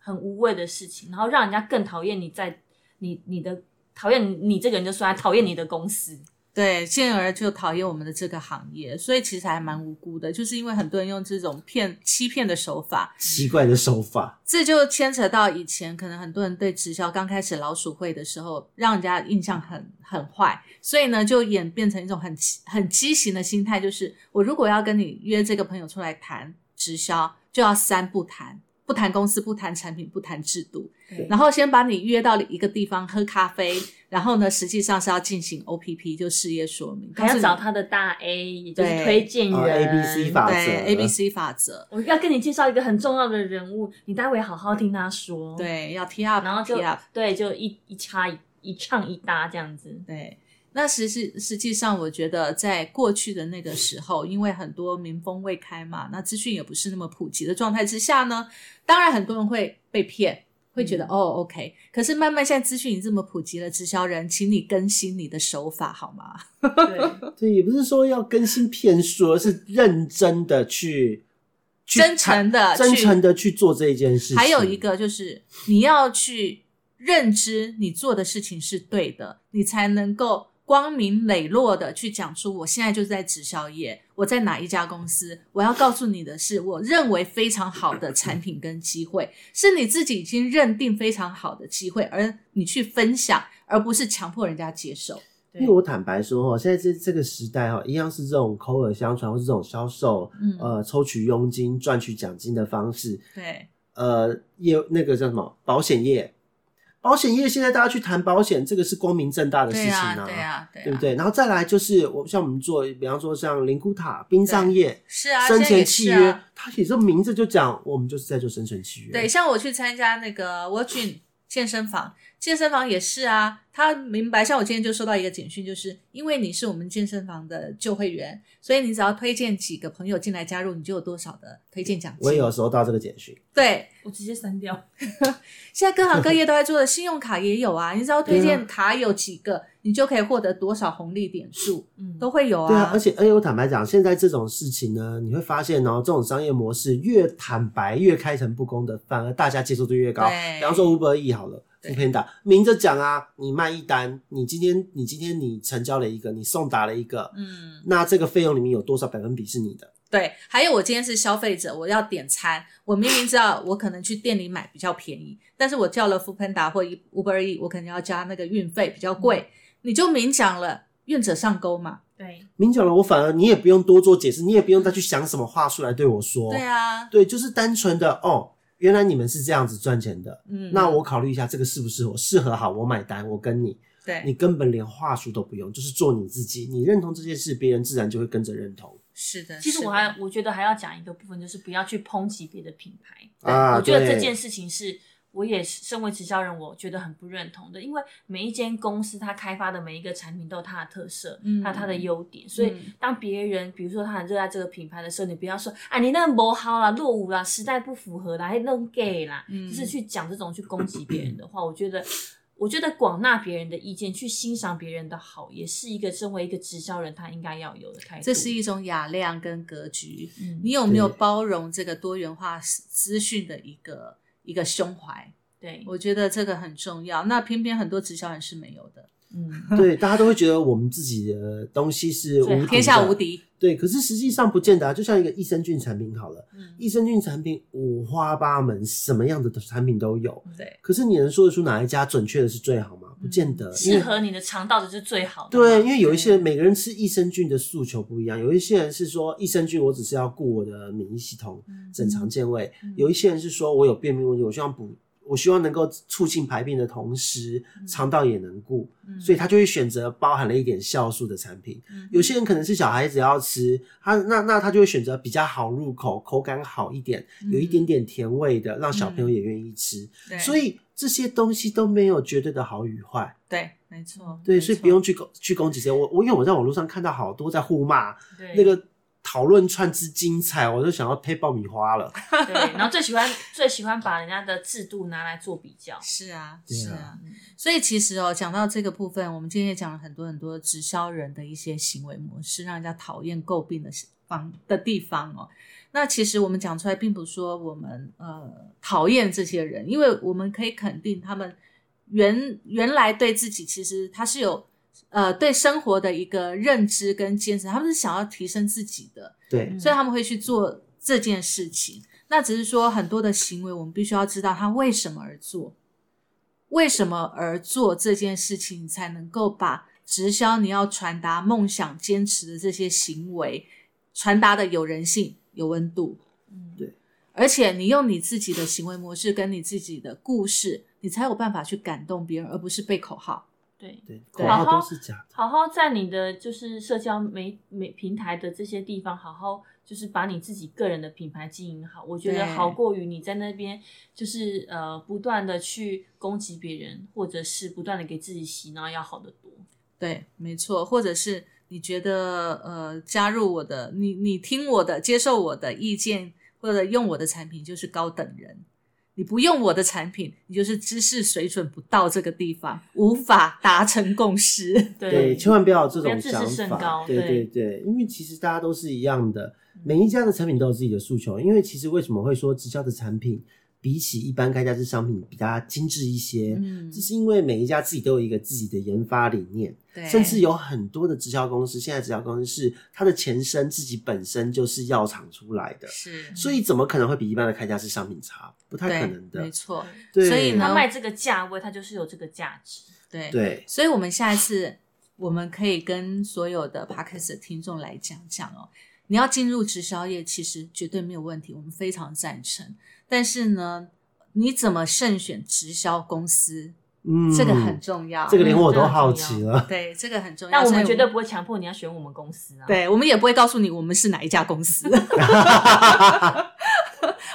[SPEAKER 4] 很无谓的事情，然后让人家更讨厌你在你你的讨厌你你这个人就算了，讨厌你的公司。
[SPEAKER 1] 对，进而就讨厌我们的这个行业，所以其实还蛮无辜的，就是因为很多人用这种骗欺骗的手法，
[SPEAKER 2] 奇怪的手法，
[SPEAKER 1] 这就牵扯到以前可能很多人对直销刚开始老鼠会的时候，让人家印象很很坏，所以呢就演变成一种很畸很畸形的心态，就是我如果要跟你约这个朋友出来谈直销，就要三不谈，不谈公司，不谈产品，不谈制度，然后先把你约到一个地方喝咖啡，然后呢实际上是要进行 OPP 就事业说明，
[SPEAKER 4] 还
[SPEAKER 1] 告诉
[SPEAKER 4] 要
[SPEAKER 1] 你
[SPEAKER 4] 找他的大 A，也就是
[SPEAKER 1] 对
[SPEAKER 4] 推荐人、
[SPEAKER 2] 哦 A B C 法则
[SPEAKER 1] 对 A B C 法则，
[SPEAKER 4] 我要跟你介绍一个很重要的人物，你待会好好听他说。，
[SPEAKER 1] 对，要 T up，
[SPEAKER 4] 哦然后就
[SPEAKER 1] T up。
[SPEAKER 4] 对，就一一插一一唱一搭这样子。
[SPEAKER 1] 对，那实际实际上，我觉得在过去的那个时候，因为很多民风未开嘛，那资讯也不是那么普及的状态之下呢，当然很多人会被骗，会觉得、
[SPEAKER 2] 嗯
[SPEAKER 1] 哦 OK。可是慢慢现在资讯已经这么普及了，直销人，请你更新你的手法好吗？
[SPEAKER 4] 对，
[SPEAKER 2] 对，也不是说要更新骗术，而是认真的去。去
[SPEAKER 1] 真诚的
[SPEAKER 2] 真
[SPEAKER 1] 去
[SPEAKER 2] 诚的去做这一件事情。
[SPEAKER 1] 还有一个就是你要去认知你做的事情是对的，你才能够光明磊落的去讲出我现在就是在直销业，我在哪一家公司，我要告诉你的是我认为非常好的产品跟机会，是你自己已经认定非常好的机会，而你去分享，而不是强迫人家接受。
[SPEAKER 4] 对
[SPEAKER 2] 因为我坦白说哈，现在这这个时代哈，一样是这种口耳相传或是这种销售，
[SPEAKER 1] 嗯
[SPEAKER 2] 呃，抽取佣金、赚取奖金的方式，
[SPEAKER 1] 对，
[SPEAKER 2] 呃，业那个叫什么保险业，保险业现在大家去谈保险，这个是光明正大的事
[SPEAKER 1] 对
[SPEAKER 2] 情啊
[SPEAKER 1] 呀，对啊呀，对
[SPEAKER 2] 对不
[SPEAKER 1] 呀，
[SPEAKER 2] 对？然后再来就是我像我们做，比方说像灵骨塔、殡葬业、
[SPEAKER 1] 是啊，
[SPEAKER 2] 生
[SPEAKER 1] 这也
[SPEAKER 2] 前
[SPEAKER 1] 是
[SPEAKER 2] 契
[SPEAKER 1] 啊
[SPEAKER 2] 约，它也是名字就讲，我们就是在做生前契约。
[SPEAKER 1] 对，像我去参加那个 w o r g i n 健身房，健身房也是啊，他明白。像我今天就收到一个简讯，就是因为你是我们健身房的旧会员，所以你只要推荐几个朋友进来加入，你就有多少的推荐奖金。
[SPEAKER 2] 我也有收到这个简讯，
[SPEAKER 1] 对，
[SPEAKER 4] <laughs> 我直接删掉。
[SPEAKER 1] 现在各行各业都在做的，信用卡也有啊，你只要推荐卡有几个，你就可以获得多少红利点数，
[SPEAKER 4] 嗯，
[SPEAKER 1] 都会有
[SPEAKER 2] 对啊，
[SPEAKER 1] 啊
[SPEAKER 2] 而。且而且我坦白讲，现在这种事情呢，你会发现哦，这种商业模式越坦白越开诚布公的，反而大家接受度越高。
[SPEAKER 1] 对
[SPEAKER 2] 比方说 Uber E 好了
[SPEAKER 1] 对
[SPEAKER 2] ，Food Panda 明着讲啊，你卖一单，你今天你今天你成交了一个，你送达了一个，
[SPEAKER 1] 嗯，
[SPEAKER 2] 那这个费用里面有多少百分比是你的？
[SPEAKER 1] 对，还有我今天是消费者，我要点餐，我明明知道我可能去店里买比较便宜，但是我叫了 Foodpanda 或 Uber E，我可能要加那个运费比较贵，
[SPEAKER 2] 嗯
[SPEAKER 1] 你就明讲了，愿者上钩嘛。
[SPEAKER 4] 对，
[SPEAKER 2] 明讲了，我反而你也不用多做解释，你也不用再去想什么话术来对我说。
[SPEAKER 1] 对啊，
[SPEAKER 2] 哦对，就是单纯的哦，原来你们是这样子赚钱的，
[SPEAKER 1] 嗯，
[SPEAKER 2] 那我考虑一下这个适不适合我，适合好我买单，我跟你，
[SPEAKER 1] 对
[SPEAKER 2] 你根本连话术都不用，就是做你自己，你认同这件事，别人自然就会跟着
[SPEAKER 1] <laughs>
[SPEAKER 2] 认同
[SPEAKER 1] 是的。
[SPEAKER 4] 其实
[SPEAKER 1] 是
[SPEAKER 4] 我
[SPEAKER 1] 的
[SPEAKER 4] 还我觉得还要讲一个部分，就是不要去抨击别的品牌。
[SPEAKER 2] 啊。
[SPEAKER 4] 我觉得这
[SPEAKER 2] 对
[SPEAKER 4] 件事情是。我也是身为直销人，我觉得很不认同的，因为每一间公司它开发的每一个产品都有它的特色，
[SPEAKER 1] 嗯
[SPEAKER 4] 它有它的优点，所以
[SPEAKER 1] 嗯
[SPEAKER 4] 当别人比如说他很热爱这个品牌的时候，你不要说啊你那不好啦、落伍啦、时代不符合啦、还弄 gay 啦，
[SPEAKER 1] 嗯
[SPEAKER 4] 就是去讲这种去攻击别人的话，我觉得。我觉得广纳别人的意见，去欣赏别人的好，也是一个身为一个直销人他应该要有的态度。
[SPEAKER 1] 这是一种雅量跟格局，
[SPEAKER 4] 嗯
[SPEAKER 1] 你有没有
[SPEAKER 2] 对
[SPEAKER 1] 包容这个多元化资资讯的一个一个胸怀？
[SPEAKER 4] 对，
[SPEAKER 1] 我觉得这个很重要。那偏偏很多直销人是没有的，
[SPEAKER 4] 嗯，
[SPEAKER 2] 对，大家都会觉得我们自己的东西是无
[SPEAKER 4] 最好
[SPEAKER 2] 敌的
[SPEAKER 1] 天下无。敌。
[SPEAKER 2] 对，可是实际上不见得、啊。就像一个益生菌产品好了，
[SPEAKER 1] 嗯，
[SPEAKER 2] 益生菌产品五花八门，什么样的产品都有。
[SPEAKER 1] 对，
[SPEAKER 2] 可是你能说得出哪一家准确的是最好吗？不见得，因为
[SPEAKER 4] 适合你的肠道的是最好的嘛。
[SPEAKER 2] 对，因为有一些人
[SPEAKER 1] 对
[SPEAKER 2] 每个人吃益生菌的诉求不一样，有一些人是说益生菌我只是要顾我的免疫系统
[SPEAKER 4] 嗯
[SPEAKER 2] 正常健胃，
[SPEAKER 4] 嗯
[SPEAKER 2] 有一些人是说我有便秘问题，我希望补，我希望能够促进排便的同时，肠道也能顾，
[SPEAKER 4] 嗯
[SPEAKER 2] 所以他就会选择包含了一点酵素的产品。
[SPEAKER 1] 嗯
[SPEAKER 2] 有些人可能是小孩子要吃，他那那他就会选择比较好入口、口感好一点、
[SPEAKER 4] 嗯
[SPEAKER 2] 有一点点甜味的，让小朋友也愿意吃。
[SPEAKER 1] 对
[SPEAKER 2] 所以这些东西都没有绝对的好与坏。
[SPEAKER 1] 对，没错，
[SPEAKER 2] 对，
[SPEAKER 1] 没
[SPEAKER 2] 所以不
[SPEAKER 1] 错
[SPEAKER 2] 用去攻去攻击谁。我我因为我在网络上看到好多在互骂，
[SPEAKER 4] 对
[SPEAKER 2] 那个讨论串之精彩，我就想要配爆米花
[SPEAKER 4] <laughs>
[SPEAKER 2] 了。
[SPEAKER 4] 对，然后最喜欢 <laughs> 最喜欢把人家的制度拿来做比较。
[SPEAKER 1] 是啊，
[SPEAKER 2] 对啊
[SPEAKER 1] 是啊，所以其实哦，讲到这个部分，我们今天也讲了很多很多直销人的一些行为模式，让人家讨厌诟病的方的地方哦。那其实我们讲出来，并不是说我们呃讨厌这些人，因为我们可以肯定他们原原来对自己其实他是有呃对生活的一个认知跟坚持，他们是想要提升自己的。
[SPEAKER 4] 嗯
[SPEAKER 2] 对，
[SPEAKER 1] 所以他们会去做这件事情。那只是说很多的行为，我们必须要知道他为什么而做，为什么而做这件事情，你才能够把直销你要传达梦想、坚持的这些行为传达的有人性、有温度。
[SPEAKER 4] 嗯，
[SPEAKER 2] 对
[SPEAKER 1] 而且你用你自己的行为模式跟你自己的故事，你才有办法去感动别人，而不是背口号。
[SPEAKER 4] 对，
[SPEAKER 2] 对，口
[SPEAKER 1] 对
[SPEAKER 2] 号都是假的。
[SPEAKER 4] 好好在你的就是社交媒媒平台的这些地方，好好就是把你自己个人的品牌经营好，我觉
[SPEAKER 1] 对
[SPEAKER 4] 得好过于你在那边就是呃不断的去攻击别人，或者是不断的给自己洗脑要好得多。
[SPEAKER 1] 对，没错，或者是你觉得呃，加入我的，你你听我的，接受我的意见，或者用我的产品就是高等人，你不用我的产品，你就是知识水准不到这个地方，无法达成共
[SPEAKER 2] <laughs>
[SPEAKER 1] 识。
[SPEAKER 2] 对，千万不要有这
[SPEAKER 4] 不要
[SPEAKER 2] 种
[SPEAKER 4] 自
[SPEAKER 2] 想
[SPEAKER 4] 视甚
[SPEAKER 2] 法
[SPEAKER 4] 高。
[SPEAKER 2] 对对
[SPEAKER 4] 对嗯
[SPEAKER 2] 对，因为其实大家都是一样的，每一家的产品都有自己的诉求。因为其实为什么会说直销的产品比起一般该家之商品比较精致一些？
[SPEAKER 1] 嗯
[SPEAKER 2] 这是因为每一家自己都有一个自己的研发理念。
[SPEAKER 1] 对，
[SPEAKER 2] 甚至有很多的直销公司，现在直销公司是它的前身自己本身就是药厂出来的，
[SPEAKER 1] 是
[SPEAKER 2] 所以怎么可能会比一般的开价是商品差？不太
[SPEAKER 1] 嗯对，
[SPEAKER 2] 可能的
[SPEAKER 1] 没。错，
[SPEAKER 2] 对，
[SPEAKER 1] 所以呢
[SPEAKER 4] 他卖这个价位，他就是有这个价值。
[SPEAKER 1] 对，
[SPEAKER 2] 对，
[SPEAKER 1] 所以我们下一次我们可以跟所有的 podcast 的听众来讲讲哦，你要进入直销业其实绝对没有问题，我们非常赞成。但是呢，你怎么慎选直销公司，
[SPEAKER 2] 嗯，
[SPEAKER 1] 这个很重要。嗯
[SPEAKER 2] 这个连我
[SPEAKER 4] 这
[SPEAKER 2] 都
[SPEAKER 4] 个很
[SPEAKER 2] 好
[SPEAKER 4] 重
[SPEAKER 2] 奇
[SPEAKER 4] 要
[SPEAKER 2] 了。
[SPEAKER 1] 对这个很重要，
[SPEAKER 4] 但我
[SPEAKER 1] 所以
[SPEAKER 4] 们绝对不会强迫你要选我们公司啊。，
[SPEAKER 1] 对，我们也不会告诉你我们是哪一家公
[SPEAKER 2] <laughs>
[SPEAKER 1] 司， <laughs>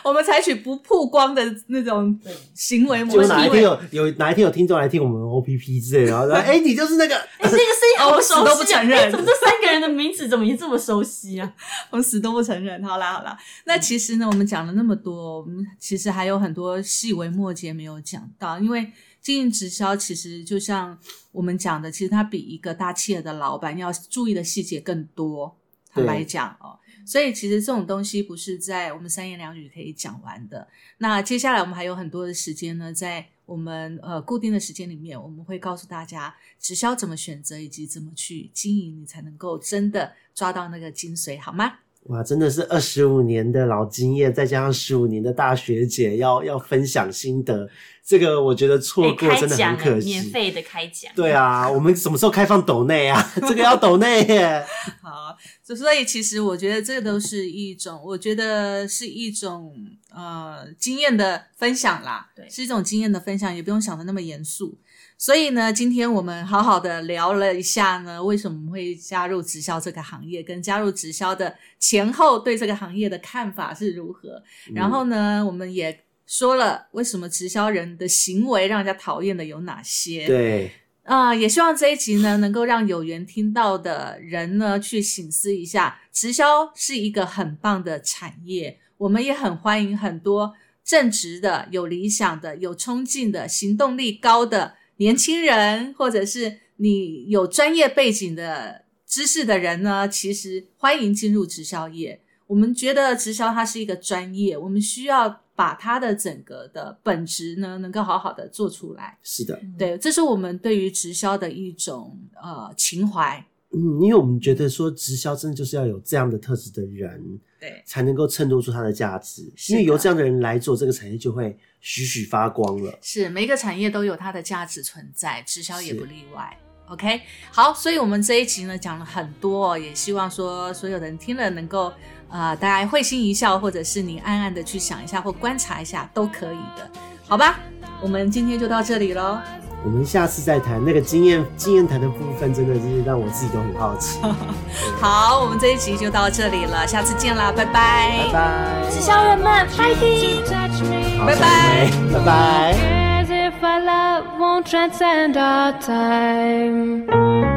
[SPEAKER 1] 我们采取不曝光的那种行为模
[SPEAKER 2] 就
[SPEAKER 1] 式。
[SPEAKER 2] 哪一
[SPEAKER 1] 因
[SPEAKER 2] 天
[SPEAKER 1] 为
[SPEAKER 2] 有有哪一天有听众来听我们 OPP 之类的，
[SPEAKER 1] <laughs>
[SPEAKER 2] 然后说：“哎、你就是那个。
[SPEAKER 4] <laughs> 哎，这个声音
[SPEAKER 1] 哦
[SPEAKER 4] 好
[SPEAKER 1] 我死
[SPEAKER 4] 熟悉啊，
[SPEAKER 1] 都不承认
[SPEAKER 4] 哎怎么这三个人的名字怎么也这么熟悉啊？
[SPEAKER 1] <laughs> 我们死都不承认。好啦好啦，那其实呢，我们讲了那么多，我们其实还有很多细微末节没有讲到，因为经营直销其实就像我们讲的，其实它比一个大企业的老板要注意的细节更多。坦白
[SPEAKER 2] 对
[SPEAKER 1] 讲哦，所以其实这种东西不是在我们三言两语可以讲完的。那接下来我们还有很多的时间呢，在我们呃固定的时间里面，我们会告诉大家直销怎么选择以及怎么去经营，你才能够真的抓到那个精髓，好吗？”
[SPEAKER 2] 哇，真的是二十五年的老经验，再加上十五年的大学姐，要要分享心得，这个我觉得错
[SPEAKER 4] 哎
[SPEAKER 2] 过真
[SPEAKER 4] 开
[SPEAKER 2] 的很
[SPEAKER 4] 奖哎，
[SPEAKER 2] 可
[SPEAKER 1] 欸
[SPEAKER 4] 免
[SPEAKER 2] 惜。
[SPEAKER 4] 费的开奖。
[SPEAKER 2] 对啊，我们什么时候开放抖
[SPEAKER 1] <laughs>
[SPEAKER 2] 内啊？这个要抖内耶。
[SPEAKER 1] 好，所所以其实我觉得这都是一种，我觉得是一种呃经验的分享啦，
[SPEAKER 4] 对
[SPEAKER 1] 是一种经验的分享，也不用想的那么严肃。所以呢，今天我们好好的聊了一下呢，为什么会加入直销这个行业，跟加入直销的前后对这个行业的看法是如何。然后呢，我们也说了为什么直销人的行为让人家讨厌的有哪些。
[SPEAKER 2] 嗯对，
[SPEAKER 1] 啊、也希望这一集呢，能够让有缘听到的人呢，去醒思一下，直销是一个很棒的产业，我们也很欢迎很多正直的、有理想的、有冲劲的、行动力高的年轻人，或者是你有专业背景的知识的人呢，其实欢迎进入直销业。我们觉得直销它是一个专业，我们需要把它的整个的本质呢，能够好好的做出来。
[SPEAKER 2] 是的，
[SPEAKER 4] 嗯，
[SPEAKER 1] 对，这是我们对于直销的一种呃情怀。
[SPEAKER 2] 嗯，因为我们觉得说直销真的就是要有这样的特质的人，
[SPEAKER 1] 对
[SPEAKER 2] 才能够衬托出它的价值。
[SPEAKER 1] 是
[SPEAKER 2] 因
[SPEAKER 1] 的
[SPEAKER 2] 为由这样的人来做，这个产业就会徐徐发光了。
[SPEAKER 1] 是每一个产业都有它的价值存在，直销也
[SPEAKER 2] 是
[SPEAKER 1] 不例外。OK，好，所以我们这一集呢讲了很多、哦，也希望说所有人听了能够呃大家会心一笑，或者是你暗暗的去想一下或观察一下都可以的，好吧？我们今天就到这里喽。
[SPEAKER 2] 我们下次再谈那个经验经验谈的部分，真的是让我自己都很好奇。
[SPEAKER 1] 好，我们这一集就到这里了，下次见啦，拜
[SPEAKER 2] 拜拜，
[SPEAKER 4] 直销人们，开
[SPEAKER 3] To
[SPEAKER 4] 心。
[SPEAKER 3] touch me
[SPEAKER 2] 好
[SPEAKER 1] 拜拜，
[SPEAKER 2] 下次见拜拜。
[SPEAKER 3] as if our love won't transcend our time.